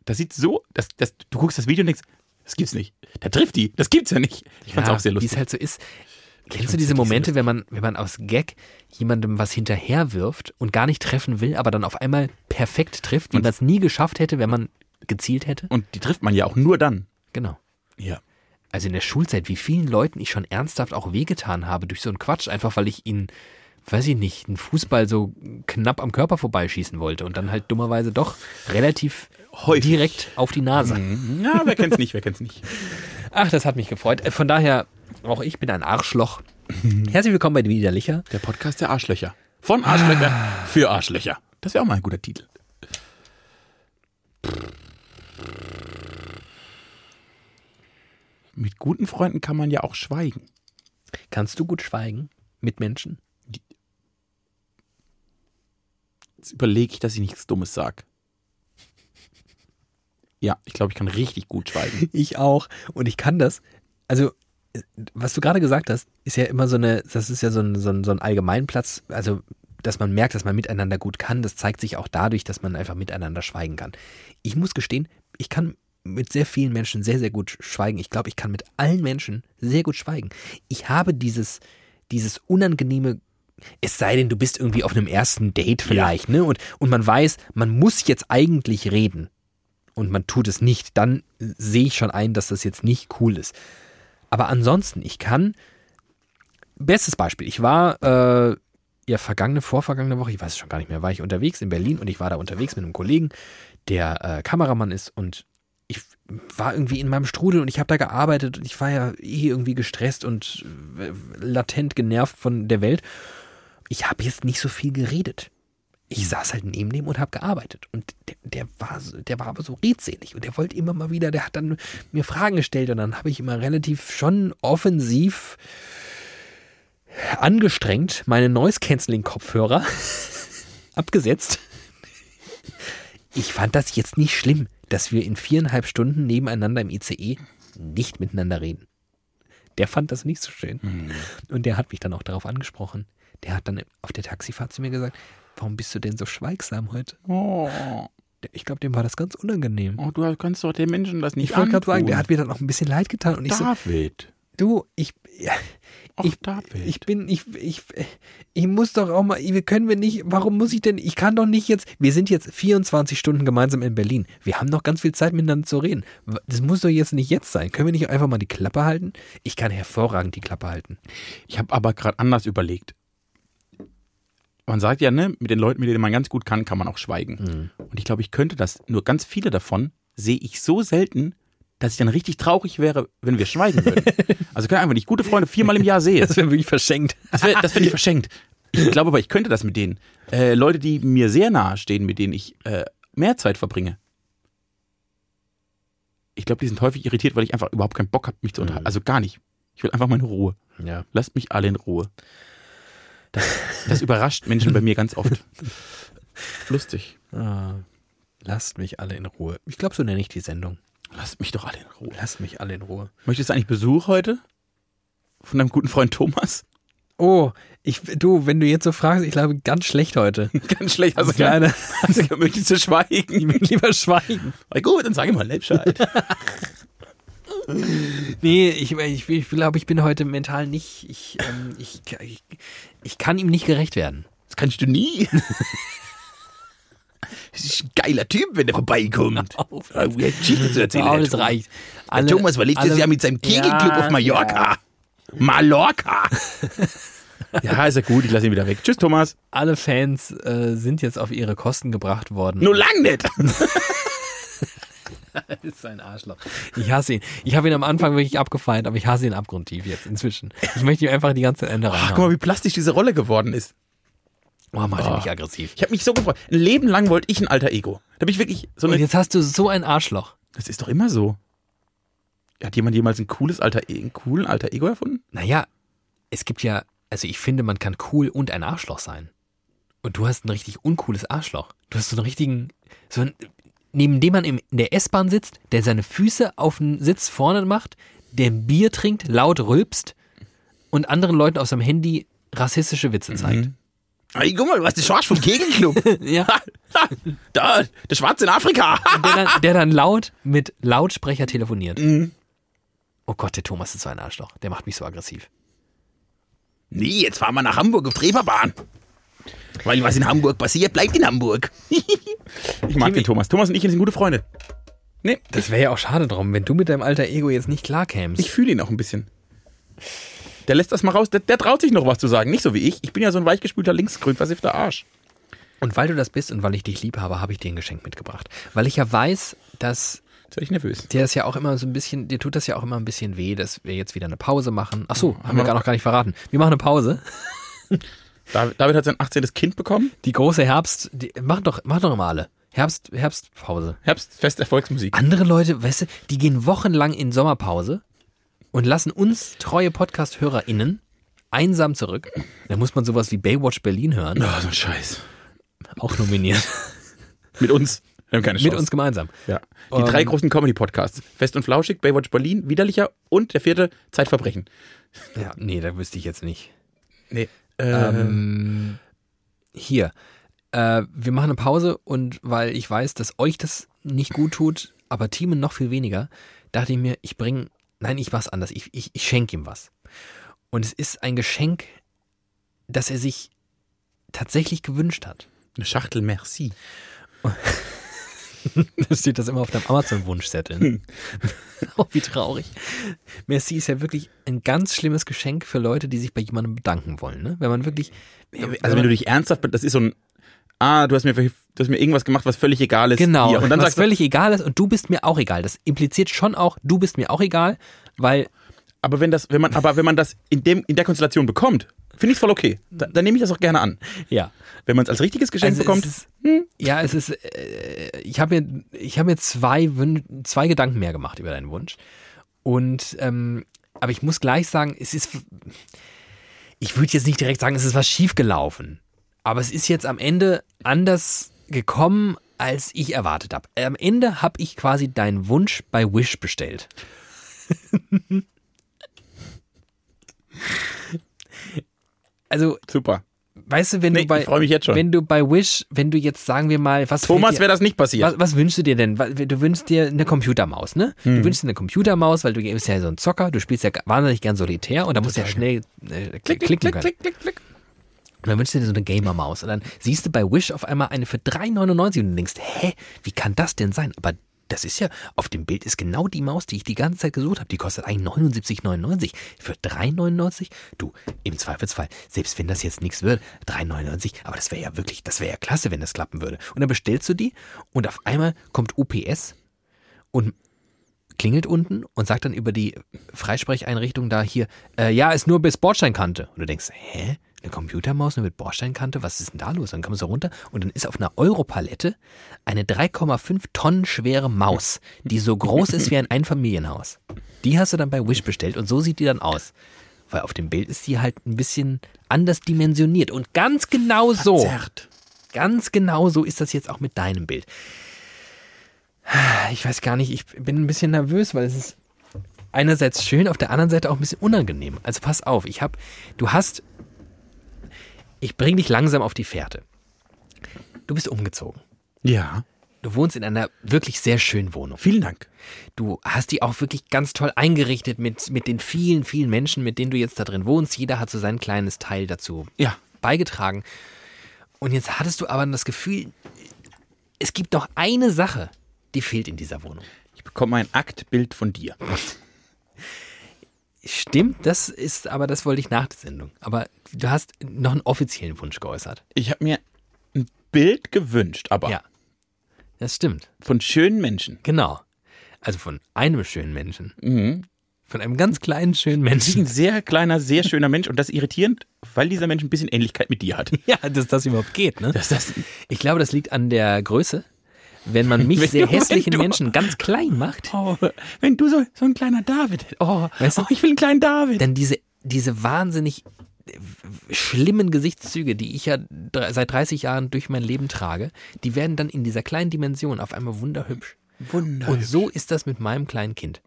S2: das sieht so, dass, dass, du guckst das Video und denkst, das gibt's nicht. Der trifft die. Das gibt's ja nicht. Ich fand's
S1: Ja,
S2: auch sehr
S1: Wie
S2: lustig.
S1: es halt so ist. Kennst
S2: fand's
S1: du diese
S2: wirklich sehr
S1: Momente, wenn man, wenn man aus Gag jemandem was hinterherwirft und gar nicht treffen will, aber dann auf einmal perfekt trifft, wie man es nie geschafft hätte, wenn man gezielt hätte?
S2: Und die trifft man ja auch nur dann.
S1: Genau.
S2: Ja.
S1: Also in der Schulzeit, wie vielen Leuten ich schon ernsthaft auch wehgetan habe durch so einen Quatsch, einfach weil ich ihnen, weiß ich nicht, einen Fußball so knapp am Körper vorbeischießen wollte und dann halt dummerweise doch relativ
S2: Häufig. Mhm.
S1: direkt auf die Nase.
S2: Ja, wer kennt's nicht, wer kennt's nicht.
S1: Ach, das hat mich gefreut. Äh, Von daher, auch ich bin ein Arschloch. Herzlich willkommen bei Widerlicher.
S2: Der Podcast der Arschlöcher. Von Arschlöcher für Arschlöcher. Das wäre auch mal ein guter Titel. Mit guten Freunden kann man ja auch schweigen.
S1: Kannst du gut schweigen mit Menschen?
S2: Jetzt überlege ich, dass ich nichts Dummes sage. Ja, ich glaube, ich kann richtig gut schweigen.
S1: <laughs> Ich auch. Und ich kann das. Also, äh, was du gerade gesagt hast, ist ja immer so eine, das ist ja so ein, so ein, so ein Allgemeinplatz. Also, dass man merkt, dass man miteinander gut kann, das zeigt sich auch dadurch, dass man einfach miteinander schweigen kann. Ich muss gestehen, ich kann mit sehr vielen Menschen sehr, sehr gut schweigen. Ich glaube, ich kann mit allen Menschen sehr gut schweigen. Ich habe dieses, dieses unangenehme es sei denn, du bist irgendwie auf einem ersten Date vielleicht, ne? Und, und man weiß, man muss jetzt eigentlich reden und man tut es nicht, dann sehe ich schon ein, dass das jetzt nicht cool ist. Aber ansonsten, ich kann. Bestes Beispiel. Ich war äh, ja vergangene, vorvergangene Woche, ich weiß es schon gar nicht mehr, war ich unterwegs in Berlin und ich war da unterwegs mit einem Kollegen, der äh, Kameramann ist und ich war irgendwie in meinem Strudel und ich habe da gearbeitet und ich war ja eh irgendwie gestresst und äh, latent genervt von der Welt. Ich habe jetzt nicht so viel geredet. Ich saß halt neben dem und habe gearbeitet. Und der, der, war, so- der war aber so redselig und der wollte immer mal wieder, der hat dann mir Fragen gestellt und dann habe ich immer relativ schon offensiv angestrengt meine Noise-Canceling-Kopfhörer <laughs> abgesetzt. Ich fand das jetzt nicht schlimm, dass wir in viereinhalb Stunden nebeneinander im ICE nicht miteinander reden. Der fand das nicht so schön.
S2: Mhm.
S1: Und der hat mich dann auch darauf angesprochen. Der hat dann auf der Taxifahrt zu mir gesagt, warum bist du denn so schweigsam heute?
S2: <laughs> Oh,
S1: Ich glaube, dem war das ganz unangenehm.
S2: oh, du kannst doch den Menschen das nicht
S1: Ich wollte gerade sagen,
S2: antun.
S1: der hat mir dann auch ein bisschen leid getan. Und ich so,
S2: David.
S1: du, ich,
S2: Ach,
S1: ich-
S2: David.
S1: Ich bin, ich, ich, ich muss doch auch mal, wir können wir nicht, warum muss ich denn, ich kann doch nicht jetzt, wir sind jetzt 24 Stunden gemeinsam in Berlin. Wir haben noch ganz viel Zeit miteinander zu reden. W- Das muss doch jetzt nicht jetzt sein. Können wir nicht einfach mal die Klappe halten? Ich kann hervorragend die Klappe halten.
S2: Ich habe aber gerade anders überlegt. Man sagt ja, ne, mit den Leuten, mit denen man ganz gut kann, kann man auch schweigen.
S1: Mhm.
S2: Und ich glaube, ich könnte das. Nur ganz viele davon sehe ich so selten, dass ich dann richtig traurig wäre, wenn wir
S1: <laughs>
S2: schweigen würden. also können einfach nicht gute Freunde viermal im Jahr sehe.
S1: Das wäre wirklich verschenkt.
S2: Das, wär- das finde ich verschenkt. Ich glaube aber, ich könnte das mit denen. Äh, Leute, die mir sehr nahe stehen, mit denen ich äh, mehr Zeit verbringe. Ich glaube, die sind häufig irritiert, weil ich einfach überhaupt keinen Bock habe, mich zu
S1: Mhm.
S2: unterhalten. Also gar nicht. Ich will einfach meine Ruhe.
S1: Ja.
S2: Lasst mich alle in Ruhe. Das, das überrascht Menschen bei mir ganz oft. Lustig.
S1: Ah, lasst mich alle in Ruhe. Ich glaube, so nenne ich die Sendung.
S2: Lasst mich doch alle in Ruhe.
S1: Lasst mich alle in Ruhe.
S2: Möchtest du eigentlich Besuch heute? Von deinem guten Freund Thomas? <laughs>
S1: Oh, ich, du, wenn du jetzt so fragst, ich glaube, ganz schlecht <laughs> heute.
S2: Ganz schlecht. Also
S1: Das ist leider,
S2: Also, möchtest du schweigen?
S1: lieber schweigen.
S2: Na gut, dann sage ich mal Lebscheid.
S1: Nee, ich, ich, ich glaube, ich bin heute mental nicht. Ich, ähm, ich, ich, ich kann ihm nicht gerecht werden.
S2: Das kannst
S1: <laughs>
S2: du nie. Das ist ein geiler Typ, wenn er
S1: <laughs>
S2: vorbeikommt.
S1: auf.
S2: Ah, wie hat Geschichten zu erzählen,
S1: Oh,
S2: der
S1: das
S2: Thomas.
S1: reicht.
S2: Der
S1: Alle,
S2: Thomas war letztes
S1: alle-
S2: Jahr mit seinem Kegelclub
S1: Ja,
S2: auf Mallorca. Mallorca. ja, ist ja gut, ich lasse ihn wieder weg. Tschüss, Thomas.
S1: Alle Fans äh, sind jetzt auf ihre Kosten gebracht worden.
S2: Nur lang nicht.
S1: Das ist ein Arschloch. Ich hasse ihn. Ich habe ihn am Anfang wirklich abgefeiert, aber ich hasse ihn abgrundtief jetzt inzwischen. Ich möchte ihm einfach die ganze Zeit Ende
S2: Ach,
S1: reinhauen.
S2: guck mal, wie plastisch diese Rolle geworden ist.
S1: Oh, mach dich nicht aggressiv.
S2: Ich habe mich so gefreut. Ein Leben lang wollte ich ein alter Ego. Da bin ich wirklich so
S1: Und
S2: eine.
S1: jetzt hast du so ein Arschloch.
S2: Das ist doch immer so. Hat jemand jemals ein cooles alter, E- einen coolen alter Ego erfunden?
S1: Naja, es gibt ja, also ich finde, man kann cool und ein Arschloch sein. Und du hast ein richtig uncooles Arschloch. Du hast so einen richtigen, so einen, neben dem man im, in der S-Bahn sitzt, der seine Füße auf den Sitz vorne macht, der ein Bier trinkt, laut rülpst und anderen Leuten auf seinem Handy rassistische Witze zeigt.
S2: Ey, guck mal, was der Schorsch vom Kegelclub.
S1: <laughs>
S2: <laughs>
S1: Ja.
S2: Ha, da, der Schwarze in Afrika. <laughs>
S1: Und Der dann, der dann laut mit Lautsprecher telefoniert. Oh Gott, der Thomas ist so ein Arschloch. Der macht mich so aggressiv.
S2: Nee, jetzt fahren wir nach Hamburg auf Treverbahn. Weil was in Hamburg passiert, bleibt in Hamburg. <laughs> ich mag den Thomas. Thomas und ich sind gute Freunde. Nee,
S1: Das wäre ja auch schade drum, wenn du mit deinem alter Ego jetzt nicht klarkämst.
S2: ich fühle ihn auch ein bisschen. Der lässt das mal raus. Der, der traut sich noch was zu sagen. Nicht so wie ich. Ich bin ja so ein weichgespülter linksgrün versiffter Arsch.
S1: Und weil du das bist und weil ich dich lieb habe, habe ich dir ein Geschenk mitgebracht. Weil ich ja weiß, dass
S2: Jetzt werde ich nervös.
S1: dir das ja auch immer so ein bisschen, dir tut das ja auch immer ein bisschen weh, dass wir jetzt wieder eine Pause machen. Ach so, haben wir gar noch gar nicht verraten. Wir machen eine Pause.
S2: David, David hat sein 18. Kind bekommen.
S1: Die große Herbst, die, machen doch, machen doch immer alle. Herbst, Herbstpause.
S2: Herbstfest Erfolgsmusik.
S1: Andere Leute, weißt du, die gehen wochenlang in Sommerpause und lassen uns treue Podcast-HörerInnen einsam zurück. Da muss man sowas wie Baywatch Berlin hören.
S2: Oh, so ein Scheiß.
S1: Auch nominiert.
S2: Mit uns. Ähm. Wir haben keine Chance.
S1: Mit uns gemeinsam.
S2: Ja. Die drei großen Comedy-Podcasts. Fest und Flauschig, Baywatch Berlin, Widerlicher und der vierte Zeitverbrechen.
S1: Ja, Äh, nee, da wüsste ich jetzt nicht.
S2: Nee.
S1: Ähm, hier, äh, wir machen eine Pause und weil ich weiß, dass euch das nicht gut tut, aber Timen noch viel weniger, dachte ich mir, ich bringe, nein, ich mach's anders, ich, ich, ich schenke ihm was. Und es ist ein Geschenk, das er sich tatsächlich gewünscht hat. <laughs>
S2: Eine Schachtel Merci.
S1: Da steht das immer auf deinem Amazon-Wunschzettel. Ne? <laughs> oh, wie traurig. Merci ist ja wirklich ein ganz schlimmes Geschenk für Leute, die sich bei jemandem bedanken wollen. Ne? Wenn man wirklich.
S2: Also wenn du dich ernsthaft, das ist so ein, ah, du hast mir, du hast mir irgendwas gemacht, was völlig egal ist.
S1: Genau,
S2: Hier. Und dann
S1: was
S2: sagst du,
S1: völlig egal ist und du bist mir auch egal. Das impliziert schon auch, du bist mir auch egal, weil
S2: aber wenn das, wenn man, aber wenn man das in dem, in der Konstellation bekommt, finde ich voll okay. Da, dann nehme ich das auch gerne an.
S1: ja.
S2: Wenn man es als richtiges Geschenk
S1: Also es
S2: bekommt,
S1: ist- Ja, es ist. Äh, ich habe mir, ich habe mir zwei, Wün zwei Gedanken mehr gemacht über deinen Wunsch. Und ähm, aber ich muss gleich sagen, es ist. Ich würde jetzt nicht direkt sagen, es ist was schiefgelaufen. Aber es ist jetzt am Ende anders gekommen, als ich erwartet habe. Am Ende habe ich quasi deinen Wunsch bei Wish
S2: <laughs>
S1: bestellt. also,
S2: super.
S1: weißt du, wenn
S2: Nee,
S1: du bei
S2: ich freue mich jetzt schon.
S1: wenn du bei Wish, wenn du jetzt sagen wir mal, was
S2: Thomas
S1: fällt
S2: wäre das nicht
S1: dir,
S2: passiert.
S1: was, was wünschst du dir denn? Was- Du wünschst dir eine Computermaus, ne?
S2: Hm.
S1: Du wünschst dir eine Computermaus, weil du bist ja so ein Zocker, du spielst ja wahnsinnig gern solitär und da musst du ja schnell äh, klick, klicken können.
S2: klick, klick.
S1: Und dann wünschst du dir so eine Gamer-Maus und dann siehst du bei Wish auf einmal eine für 3,99 und du denkst, hä, wie kann das denn sein? Aber das ist ja, auf dem Bild ist genau die Maus, die ich die ganze Zeit gesucht habe. Die kostet eigentlich 79,99. Für 3,99? Du, im Zweifelsfall, selbst wenn das jetzt nichts wird, 3,99, aber das wäre ja wirklich, das wäre ja klasse, wenn das klappen würde. Und dann bestellst du die und auf einmal kommt UPS und klingelt unten und sagt dann über die Freisprecheinrichtung da hier, äh, ja, ist nur bis Bordsteinkante. Und du denkst, hä? Eine Computermaus nur mit Bordsteinkante? Was ist denn da los? Dann kommst du runter und dann ist auf einer Europalette eine 3,5 Tonnen schwere Maus, die so groß ist wie ein Einfamilienhaus. Die hast du dann bei Wish bestellt und so sieht die dann aus. Weil auf dem Bild ist die halt ein bisschen anders dimensioniert und ganz genau so.
S2: Zerrt.
S1: Ganz genau so ist das jetzt auch mit deinem Bild. Ich weiß gar nicht, ich bin ein bisschen nervös, weil es ist einerseits schön, auf der anderen Seite auch ein bisschen unangenehm. Also pass auf, ich habe, du hast, ich bring dich langsam auf die Fährte. Du bist umgezogen.
S2: Ja,
S1: Du wohnst in einer wirklich sehr schönen Wohnung.
S2: vielen Dank.
S1: Du hast die auch wirklich ganz toll eingerichtet mit, mit den vielen, vielen Menschen, mit denen du jetzt da drin wohnst. Jeder hat so sein kleines Teil dazu
S2: Ja.
S1: beigetragen. Und jetzt hattest du aber das Gefühl, es gibt doch eine Sache, die fehlt in dieser Wohnung.
S2: Ich bekomme ein Aktbild von dir.
S1: Stimmt, das ist aber, das wollte ich nach der Sendung. Aber du hast noch einen offiziellen Wunsch geäußert.
S2: Ich habe mir ein Bild gewünscht, aber
S1: Ja. Das stimmt.
S2: von schönen Menschen.
S1: Genau. Also von einem schönen Menschen.
S2: Mhm.
S1: Von einem ganz kleinen schönen Menschen.
S2: <laughs> Sie ist ein sehr kleiner, sehr schöner Mensch und das ist irritierend, weil dieser Mensch ein bisschen Ähnlichkeit mit dir hat.
S1: Ja, dass das überhaupt geht, ne?
S2: Dass das-
S1: ich glaube, das liegt an der Größe. Wenn
S2: <laughs>
S1: man mich
S2: Wenn-
S1: sehr
S2: wenn
S1: hässlichen
S2: du-
S1: Menschen ganz klein macht,
S2: Oh, wenn du so, so ein kleiner David. Oh,
S1: Weißt du?
S2: ich will einen kleinen David.
S1: dann diese, diese wahnsinnig äh, schlimmen Gesichtszüge, die ich ja dr- seit 30 Jahren durch mein Leben trage, die werden dann in dieser kleinen Dimension auf einmal wunderhübsch.
S2: Wunder.
S1: Und so ist das mit meinem kleinen Kind.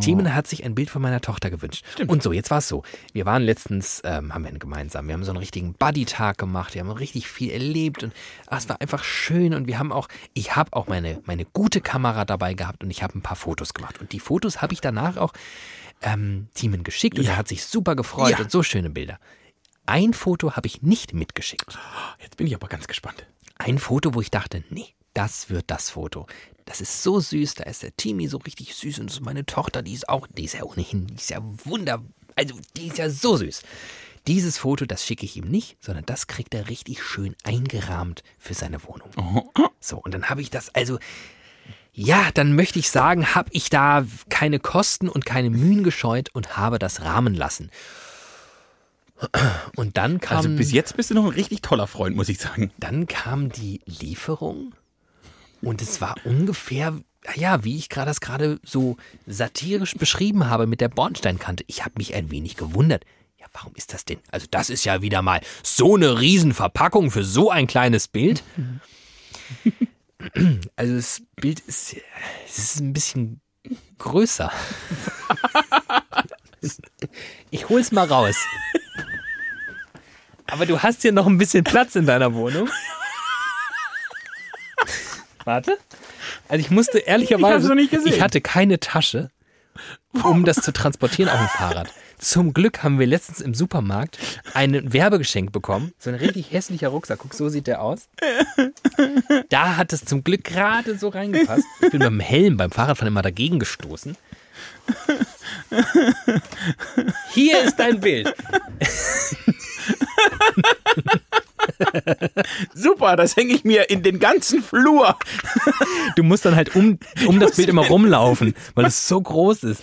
S1: Timon hat sich ein Bild von meiner Tochter gewünscht. Und so, jetzt war es so. Wir waren letztens, ähm, haben wir gemeinsam, wir haben so einen richtigen Buddy-Tag gemacht, wir haben richtig viel erlebt und ach, es war einfach schön und wir haben auch, ich habe auch meine, meine gute Kamera dabei gehabt und ich habe ein paar Fotos gemacht. Und die Fotos habe ich danach auch ähm, Timon geschickt und er hat sich super gefreut
S2: Ja.
S1: und so schöne Bilder. Ein Foto habe ich nicht mitgeschickt
S2: Jetzt bin ich aber ganz gespannt.
S1: ein Foto, wo ich dachte, nee, das wird das Foto. Das ist so süß, da ist der Timi so richtig süß und so meine Tochter, die ist auch, die ist ja ohnehin, die ist ja wunder, also die ist ja so süß. Dieses Foto, das schicke ich ihm nicht, sondern das kriegt er richtig schön eingerahmt für seine
S2: <laughs>
S1: Wohnung. So, und dann habe ich das, also, ja, dann möchte ich sagen, habe ich da keine Kosten und keine Mühen gescheut und habe das rahmen lassen. Und dann kam
S2: Also bis jetzt bist du noch ein richtig toller Freund, muss ich sagen.
S1: dann kam die Lieferung und es war ungefähr, ja, wie ich gerade das gerade so satirisch beschrieben habe mit der Bornsteinkante. Ich habe mich ein wenig gewundert. Ja, warum ist das denn? Also das ist ja wieder mal so eine Riesenverpackung für so ein kleines Bild. Also das Bild ist, es ist ein bisschen größer. Ich hol's mal raus. Aber du hast hier noch ein bisschen Platz in deiner Wohnung. Warte. Also ich musste ehrlicherweise,
S2: hab's noch nicht gesehen.
S1: ich hatte keine Tasche, um das zu transportieren auf dem Fahrrad. Zum Glück haben wir letztens im Supermarkt ein Werbegeschenk bekommen. So ein richtig hässlicher Rucksack. Guck, so sieht der aus. Da hat es zum Glück gerade so reingepasst. Ich bin beim Helm beim Fahrradfahren immer dagegen gestoßen. Hier ist dein Bild.
S2: Super, das hänge ich mir in den ganzen Flur.
S1: Du musst dann halt <laughs> um, um das Bild immer rumlaufen, weil es so groß <laughs> ist.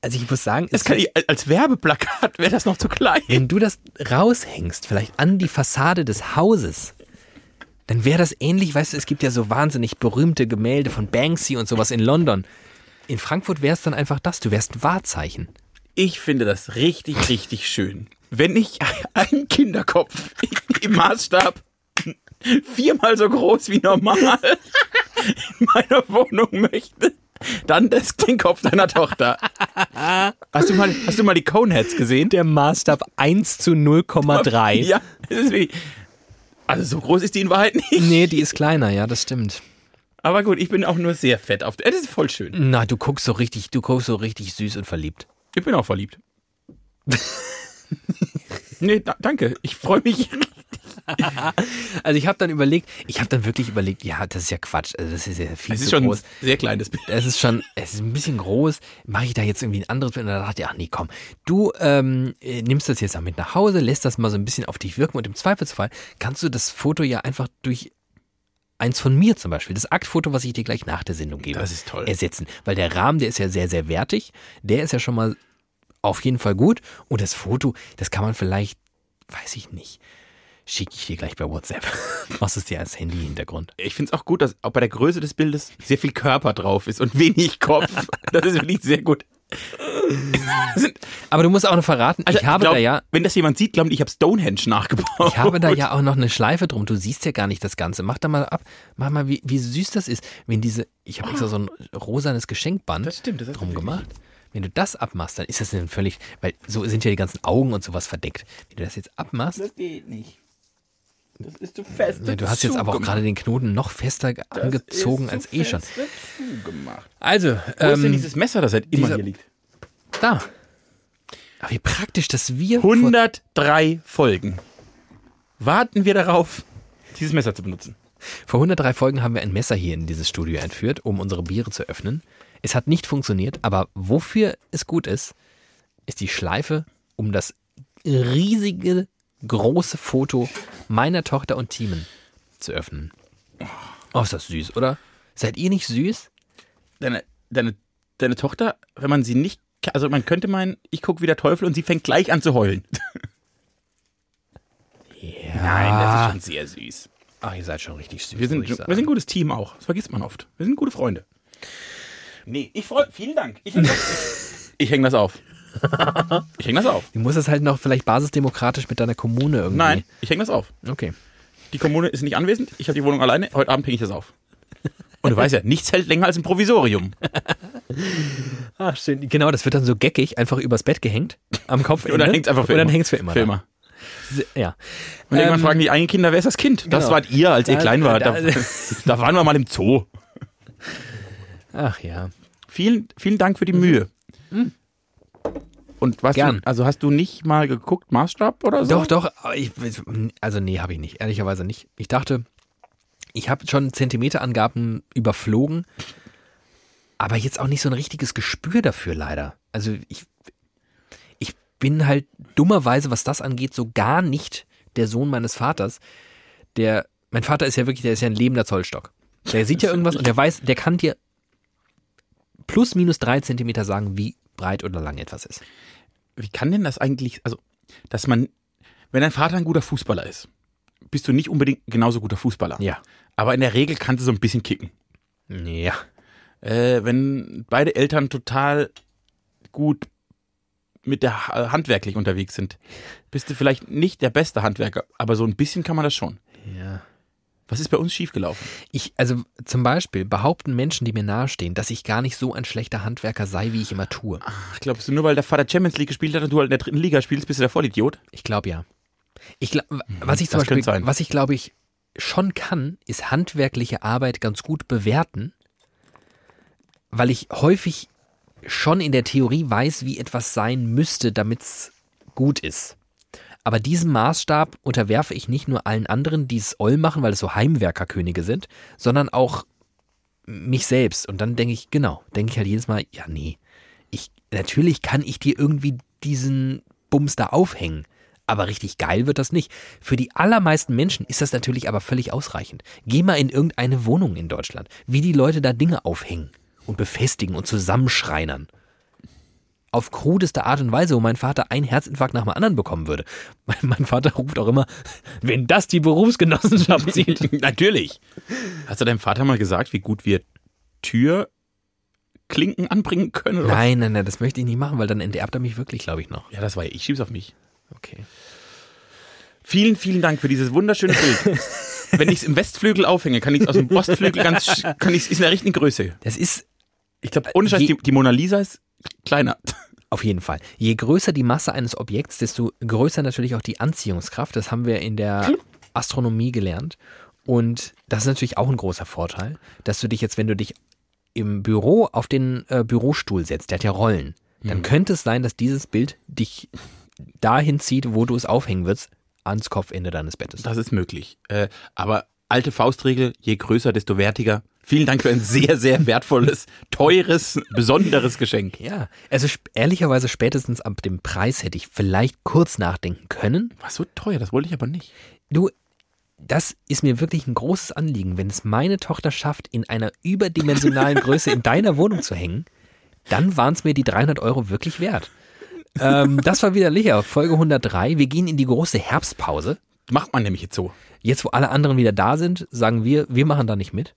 S1: Also ich muss sagen,
S2: Das
S1: es
S2: kann ich, als Werbeplakat wäre das noch zu klein.
S1: wenn du das raushängst, vielleicht an die Fassade des Hauses, dann wäre das ähnlich, weißt du, es gibt ja so wahnsinnig berühmte Gemälde von Banksy und sowas in London. In Frankfurt wär's dann einfach das, du wärst ein Wahrzeichen.
S2: Ich finde das richtig, richtig schön. Wenn ich <laughs> einen Kinderkopf <laughs> im Maßstab viermal so groß wie normal in meiner Wohnung möchte, dann das den Kopf deiner Tochter. Hast du mal, hast du mal die Coneheads gesehen?
S1: Der Maßstab 1 zu 0,3.
S2: Ja, das ist wirklich. Also so groß ist die in Wahrheit nicht.
S1: Nee, die ist kleiner, ja, das stimmt.
S2: Aber gut, ich bin auch nur sehr fett auf. Das ist voll schön.
S1: Na, du guckst so richtig, du guckst so richtig süß und verliebt.
S2: Ich bin auch <laughs> verliebt. nee, da, danke. Ich freue mich.
S1: Also ich habe dann überlegt, ich habe dann wirklich überlegt, ja, das ist ja Quatsch, also das ist ja viel
S2: Es
S1: zu
S2: ist schon
S1: groß.
S2: ein sehr kleines Bild.
S1: Es ist schon, es ist ein bisschen groß. Mache ich da jetzt irgendwie ein anderes Bild? Und dann dachte ich, ach nee, komm, du ähm, äh, nimmst das jetzt mal mit nach Hause, lässt das mal so ein bisschen auf dich wirken und im Zweifelsfall kannst du das Foto ja einfach durch eins von mir zum Beispiel, das Aktfoto, was ich dir gleich nach der Sendung gebe,
S2: Das ist toll.
S1: ersetzen. Weil der Rahmen, der ist ja sehr, sehr wertig. Der ist ja schon mal auf jeden Fall gut. Und das Foto, das kann man vielleicht, weiß ich nicht, schicke ich dir gleich bei WhatsApp. <laughs> Machst es dir als Handy-Hintergrund.
S2: Ich finde es auch gut, dass auch bei der Größe des Bildes sehr viel Körper drauf ist und wenig Kopf.
S1: <laughs>
S2: Das ist wirklich sehr gut.
S1: Aber du musst auch noch verraten, ich habe
S2: Also, glaub,
S1: da ja
S2: Wenn das jemand sieht, glauben die, ich habe Stonehenge nachgebaut.
S1: Ich habe da
S2: <laughs>
S1: ja auch noch eine Schleife drum. Du siehst ja gar nicht das Ganze. Mach da mal ab. Mach mal, wie, wie süß das ist. Wenn diese, ich habe extra so ein rosanes Geschenkband
S2: Das stimmt, das hast du
S1: drum
S2: wirklich.
S1: gemacht. Wenn du das abmachst, dann ist das dann völlig, weil so sind ja die ganzen Augen und sowas verdeckt. Wenn du das jetzt abmachst, ne,
S2: Das geht nicht. Das ist zu fest.
S1: du hast jetzt aber auch gerade den Knoten noch fester angezogen als eh schon. Also,
S2: Wo ist denn
S1: ähm,
S2: dieses Messer, das halt immer
S1: dieser-
S2: hier liegt?
S1: da. Aber wie praktisch, dass wir vor-
S2: 103 Folgen. Warten wir darauf, dieses Messer zu benutzen.
S1: Vor 103 Folgen haben wir ein Messer hier in dieses Studio entführt, um unsere Biere zu öffnen. Es hat nicht funktioniert, aber wofür es gut ist, ist die Schleife um das riesige, große Foto meiner Tochter und Timen zu öffnen. Oh, ist das süß, oder? Seid ihr nicht süß?
S2: Deine, deine, deine Tochter, wenn man sie nicht. ke- Also man könnte meinen, ich gucke wie der Teufel und sie fängt gleich an zu <laughs> heulen. Nein, das ist schon sehr süß.
S1: Ach, ihr seid schon richtig süß.
S2: Wir sind,
S1: muss ich
S2: wir
S1: sagen.
S2: sind ein gutes Team auch. Das vergisst man oft. Wir sind gute Freunde. Nee, ich freue Vielen Dank. <laughs> Ich hänge häng das auf. Ich hänge das auf.
S1: du musst das halt noch vielleicht basisdemokratisch mit deiner Kommune irgendwie.
S2: Nein, ich hänge das auf.
S1: Okay.
S2: Die Kommune ist nicht anwesend. Ich habe die Wohnung alleine. Heute Abend hänge ich das auf. Und du weißt ja, nichts hält länger als ein <laughs> Provisorium.
S1: Ach, schön. Genau, das wird dann so geckig einfach übers Bett gehängt, am
S2: <laughs>
S1: Kopf.
S2: Ne? Und dann hängt es einfach für
S1: Und
S2: immer.
S1: dann hängt's für immer.
S2: Für
S1: da.
S2: immer.
S1: Ja.
S2: Und irgendwann
S1: Ähm,
S2: fragen die eigenen Kinder, wer ist das Kind? Das
S1: genau.
S2: wart ihr, als ihr
S1: Da-
S2: klein wart. Da,
S1: da-
S2: <laughs> da waren wir mal im Zoo.
S1: Ach ja.
S2: Vielen, vielen Dank für die Mühe. Und was
S1: Gern.
S2: du, also hast du nicht mal geguckt, Maßstab oder so?
S1: Doch, doch. aber Ich, also nee, habe ich nicht. Ehrlicherweise nicht. Ich dachte, ich habe schon Zentimeterangaben überflogen, aber jetzt auch nicht so ein richtiges Gespür dafür leider. Also ich, ich bin halt dummerweise, was das angeht, so gar nicht der Sohn meines Vaters. Der, mein Vater ist ja wirklich, der ist ja ein lebender Zollstock. Der sieht ja irgendwas und der weiß, der kann dir plus minus drei Zentimeter sagen, wie breit oder lang etwas ist.
S2: Wie kann denn das eigentlich, also, dass man, wenn dein Vater ein guter Fußballer ist, bist du nicht unbedingt genauso guter Fußballer.
S1: Ja.
S2: Aber in der Regel kannst du so ein bisschen kicken.
S1: Ja.
S2: Äh, wenn beide Eltern total gut mit der Ha- handwerklich unterwegs sind, bist du vielleicht nicht der beste Handwerker, aber so ein bisschen kann man das schon.
S1: Ja.
S2: Was ist bei uns schiefgelaufen?
S1: Ich, also zum Beispiel behaupten Menschen, die mir nahestehen, dass ich gar nicht so ein schlechter Handwerker sei, wie ich immer tue.
S2: Ich glaube, nur weil der Vater Champions League gespielt hat und du halt in der dritten Liga spielst, bist du der Vollidiot.
S1: Ich glaube ja. Ich glaub, was ich zum
S2: Mhm. das könnte
S1: Beispiel,
S2: sein.
S1: was ich glaube ich schon kann, ist handwerkliche Arbeit ganz gut bewerten, weil ich häufig schon in der Theorie weiß, wie etwas sein müsste, damit es gut ist. Aber diesen Maßstab unterwerfe ich nicht nur allen anderen, die es oll machen, weil es so Heimwerkerkönige sind, sondern auch mich selbst. Und dann denke ich, genau, denke ich halt jedes Mal, ja, nee, ich, natürlich kann ich dir irgendwie diesen Bums da aufhängen. Aber richtig geil wird das nicht. Für die allermeisten Menschen ist das natürlich aber völlig ausreichend. Geh mal in irgendeine Wohnung in Deutschland, wie die Leute da Dinge aufhängen und befestigen und zusammenschreinern auf krudeste Art und Weise, wo mein Vater einen Herzinfarkt nach dem anderen bekommen würde. <laughs> Mein, mein Vater ruft auch immer, wenn das die
S2: <laughs>
S1: Berufsgenossenschaft sieht. Natürlich.
S2: Hast du deinem Vater mal gesagt, wie gut wir Türklinken anbringen können? Oder? was?
S1: Nein, nein, nein, das möchte ich nicht machen, weil dann enterbt er mich wirklich, glaube ich, noch.
S2: Ja, das war ja ich. Schieb's auf mich.
S1: Okay.
S2: Vielen, vielen Dank für dieses wunderschöne Bild. Wenn ich es im Westflügel aufhänge, kann ich es aus dem Ostflügel ganz, sch- kann ich ist in der richtigen Größe.
S1: Das ist Äh,
S2: Ich glaube, ohne Scheiß,
S1: Je-
S2: die, die Mona Lisa ist kleiner.
S1: auf jeden Fall. Je größer die Masse eines Objekts, desto größer natürlich auch die Anziehungskraft. Das haben wir in der Astronomie gelernt. Und das ist natürlich auch ein großer Vorteil, dass du dich jetzt, wenn du dich im Büro auf den äh, Bürostuhl setzt, der hat ja Rollen, dann könnte es sein, dass dieses Bild dich dahin zieht, wo du es aufhängen willst, ans Kopfende deines Bettes.
S2: Das ist möglich. Äh, aber alte Faustregel, je größer, desto wertiger. Vielen Dank für ein sehr, sehr wertvolles, teures, besonderes Geschenk.
S1: Ja, also sp- ehrlicherweise spätestens ab dem Preis hätte ich vielleicht kurz nachdenken können.
S2: War so teuer, das wollte ich aber nicht.
S1: Du, das ist mir wirklich ein großes Anliegen, wenn es meine Tochter schafft, in einer überdimensionalen Größe in deiner Wohnung zu hängen, dann waren es mir die 300 Euro wirklich wert. Ähm, das war wieder Licher, Folge 103. Wir gehen in die große Herbstpause.
S2: Macht man nämlich jetzt so.
S1: Jetzt, wo alle anderen wieder da sind, sagen wir, wir machen da nicht mit.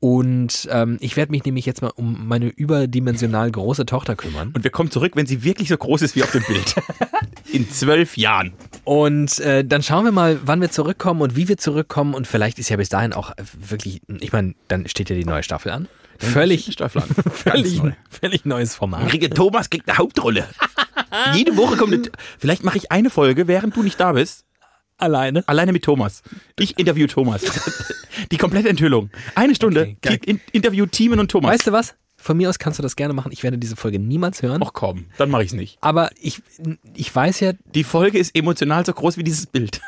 S1: Und ähm, ich werde mich nämlich jetzt mal um meine überdimensional große Tochter kümmern.
S2: Und wir kommen zurück, wenn sie wirklich so groß ist wie auf dem
S1: <laughs>
S2: Bild. In zwölf Jahren.
S1: Und äh, dann schauen wir mal, wann wir zurückkommen und wie wir zurückkommen. Und vielleicht ist ja bis dahin auch äh, wirklich, ich meine, dann steht ja die neue Staffel an. Völlig,
S2: Staffel an.
S1: <laughs> völlig,
S2: Ganz neu.
S1: völlig neues Format.
S2: Rieke Thomas kriegt
S1: <laughs>
S2: eine Hauptrolle. Jede Woche kommt eine. Vielleicht mache ich eine Folge, während du nicht da bist.
S1: Alleine.
S2: Alleine mit Thomas. Ich interview Thomas. Die komplette Enthüllung. Eine Stunde.
S1: Okay, geil.
S2: Ki- in, interview Thiemen und Thomas.
S1: Weißt du was? Von mir aus kannst du das gerne machen. Ich werde diese Folge niemals hören.
S2: Och komm, dann mache ich's nicht.
S1: Aber ich, ich weiß ja,
S2: Die Folge ist emotional so groß wie dieses Bild.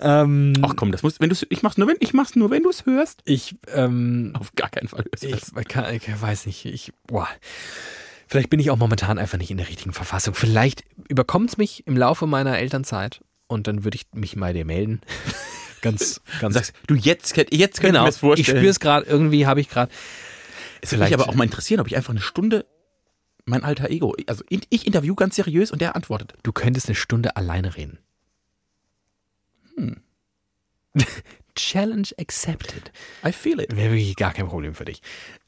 S1: ähm,
S2: Ach komm, das muss. Wenn du's, ich mach's nur, wenn ich mach's nur, wenn du es hörst.
S1: ich, ähm,
S2: Auf gar keinen Fall. hörst du das.
S1: ich, kann, ich weiß nicht. Ich, boah. Vielleicht bin ich auch momentan einfach nicht in der richtigen Verfassung. Vielleicht überkommt es mich im Laufe meiner Elternzeit und dann würde ich mich mal dir melden. <laughs> ganz,
S2: Und
S1: ganz
S2: sagst, du jetzt, jetzt könnte ich
S1: Genau,
S2: mir das vorstellen.
S1: ich spüre es gerade, irgendwie habe ich gerade.
S2: Es würde mich
S1: Vielleicht-
S2: aber auch mal interessieren, ob ich einfach eine Stunde mein alter Ego, also in- ich interview ganz seriös und der antwortet.
S1: Du könntest eine Stunde alleine reden. Hm. <laughs> Challenge accepted.
S2: I feel it.
S1: Wäre wirklich gar kein Problem für dich.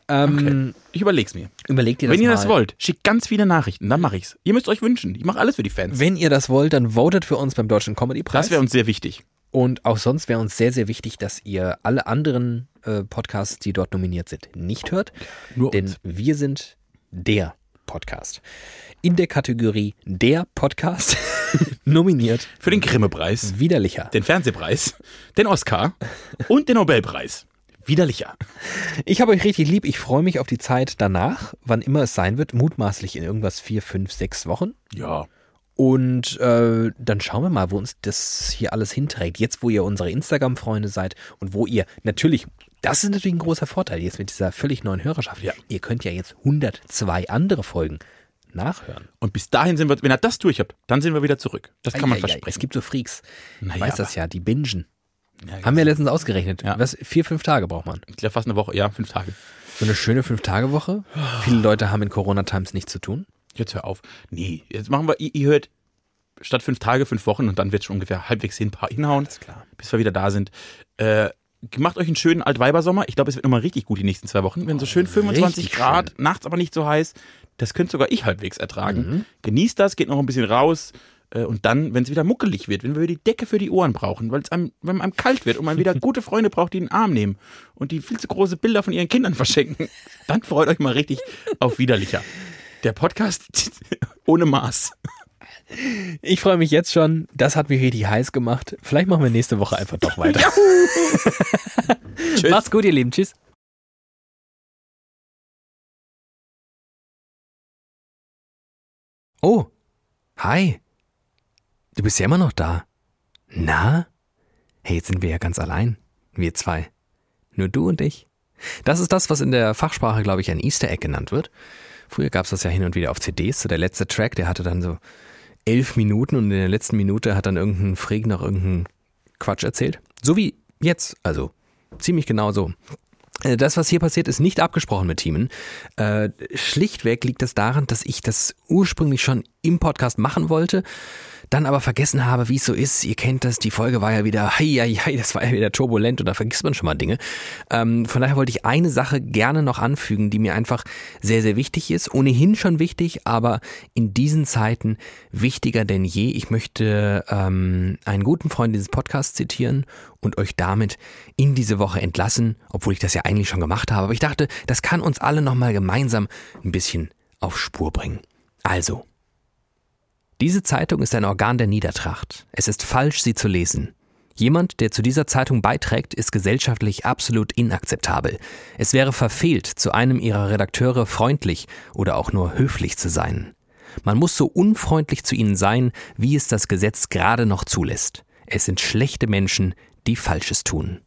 S1: Ähm,
S2: Ich überleg's mir.
S1: Überleg dir das
S2: Wenn ihr
S1: mal.
S2: das wollt, schickt ganz viele Nachrichten, dann mache ich's. Ihr müsst euch wünschen. Ich mache alles für die Fans.
S1: Wenn ihr das wollt, dann votet für uns beim Deutschen Comedy Preis.
S2: das wäre uns sehr wichtig.
S1: Und auch sonst wäre uns sehr, sehr wichtig, dass ihr alle anderen äh, Podcasts, die dort nominiert sind, nicht hört.
S2: Nur
S1: denn
S2: uns.
S1: wir sind der Podcast. In der Kategorie der Podcast <laughs> nominiert
S2: Für den
S1: Mhm.
S2: Grimme-Preis,
S1: widerlicher.
S2: den Fernsehpreis, den Oscar und den Nobelpreis. Widerlicher.
S1: Ich habe euch richtig lieb. Ich freue mich auf die Zeit danach, wann immer es sein wird, mutmaßlich in irgendwas vier, fünf, sechs Wochen.
S2: Ja.
S1: Und äh, dann schauen wir mal, wo uns das hier alles hinträgt. Jetzt, wo ihr unsere Instagram-Freunde seid und wo ihr natürlich, das ist natürlich ein großer Vorteil jetzt mit dieser völlig neuen Hörerschaft.
S2: Ja.
S1: Ihr könnt ja jetzt 102 andere Folgen nachhören.
S2: Und bis dahin sind wir, wenn ihr das durch habt, dann sind wir wieder zurück. Das kann man
S1: Eieiei, Es
S2: versprechen.
S1: gibt so Freaks.
S2: Na
S1: Ich
S2: ja,
S1: weiß das ja, die bingen.
S2: Ja, genau.
S1: Haben wir letztens ausgerechnet.
S2: Ja.
S1: Was, vier, fünf Tage braucht man.
S2: Ich glaube fast eine Woche, ja, fünf Tage.
S1: So eine schöne Fünf-Tage-Woche.
S2: Oh.
S1: Viele Leute haben in Corona-Times nichts zu tun.
S2: Jetzt hör auf. Nee, jetzt machen wir, ihr, ihr hört statt fünf Tage, fünf Wochen und dann wird schon ungefähr halbwegs hin, hinhauen. Alles
S1: klar.
S2: Bis wir wieder da sind. Äh, macht euch einen schönen Altweibersommer. Ich glaube, es wird nochmal richtig gut die nächsten zwei Wochen. Wenn so schön 25
S1: Oh, richtig
S2: Grad, nachts aber nicht so heiß. Das könnt sogar ich halbwegs ertragen.
S1: Mhm.
S2: Genießt das, geht noch ein bisschen raus. äh, Und dann, wenn es wieder muckelig wird, wenn wir die Decke für die Ohren brauchen, weil es einem, wenn einem kalt wird und
S1: <laughs>
S2: man wieder gute Freunde braucht, die in den Arm nehmen und die viel zu große Bilder von ihren Kindern verschenken, dann freut euch mal richtig auf Widerlicher. Der Podcast <laughs> ohne Maß.
S1: Ich freue mich jetzt schon. Das hat mich richtig heiß gemacht. Vielleicht machen wir nächste Woche einfach doch weiter. <laughs>
S2: Tschüss.
S1: Macht's gut, ihr Lieben. Tschüss. Oh, hi. Du bist ja immer noch da. Na? Hey, jetzt sind wir ja ganz allein. Wir zwei. Nur du und ich. Das ist das, was in der Fachsprache, glaube ich, ein Easter Egg genannt wird. Früher gab es das ja hin und wieder auf CDs. So der letzte Track, der hatte dann so elf Minuten und in der letzten Minute hat dann irgendein Freak noch irgendeinen Quatsch erzählt. So wie jetzt, also ziemlich genau so. Äh, Das, was hier passiert, ist nicht abgesprochen mit Teamen. Äh, schlichtweg liegt das daran, dass ich das ursprünglich schon im Podcast machen wollte, dann aber vergessen habe, wie es so ist. Ihr kennt das, die Folge war ja wieder, hei, hei, hei, das war ja wieder turbulent und da vergisst man schon mal Dinge. Ähm, von daher wollte ich eine Sache gerne noch anfügen, die mir einfach sehr, sehr wichtig ist. Ohnehin schon wichtig, aber in diesen Zeiten wichtiger denn je. Ich möchte ähm, einen guten Freund dieses Podcasts zitieren und euch damit in diese Woche entlassen, obwohl ich das ja eigentlich schon gemacht habe. Aber ich dachte, das kann uns alle nochmal gemeinsam ein bisschen auf Spur bringen. Also. Diese Zeitung ist ein Organ der Niedertracht. Es ist falsch, sie zu lesen. Jemand, der zu dieser Zeitung beiträgt, ist gesellschaftlich absolut inakzeptabel. Es wäre verfehlt, zu einem ihrer Redakteure freundlich oder auch nur höflich zu sein. Man muss so unfreundlich zu ihnen sein, wie es das Gesetz gerade noch zulässt. Es sind schlechte Menschen, die Falsches tun.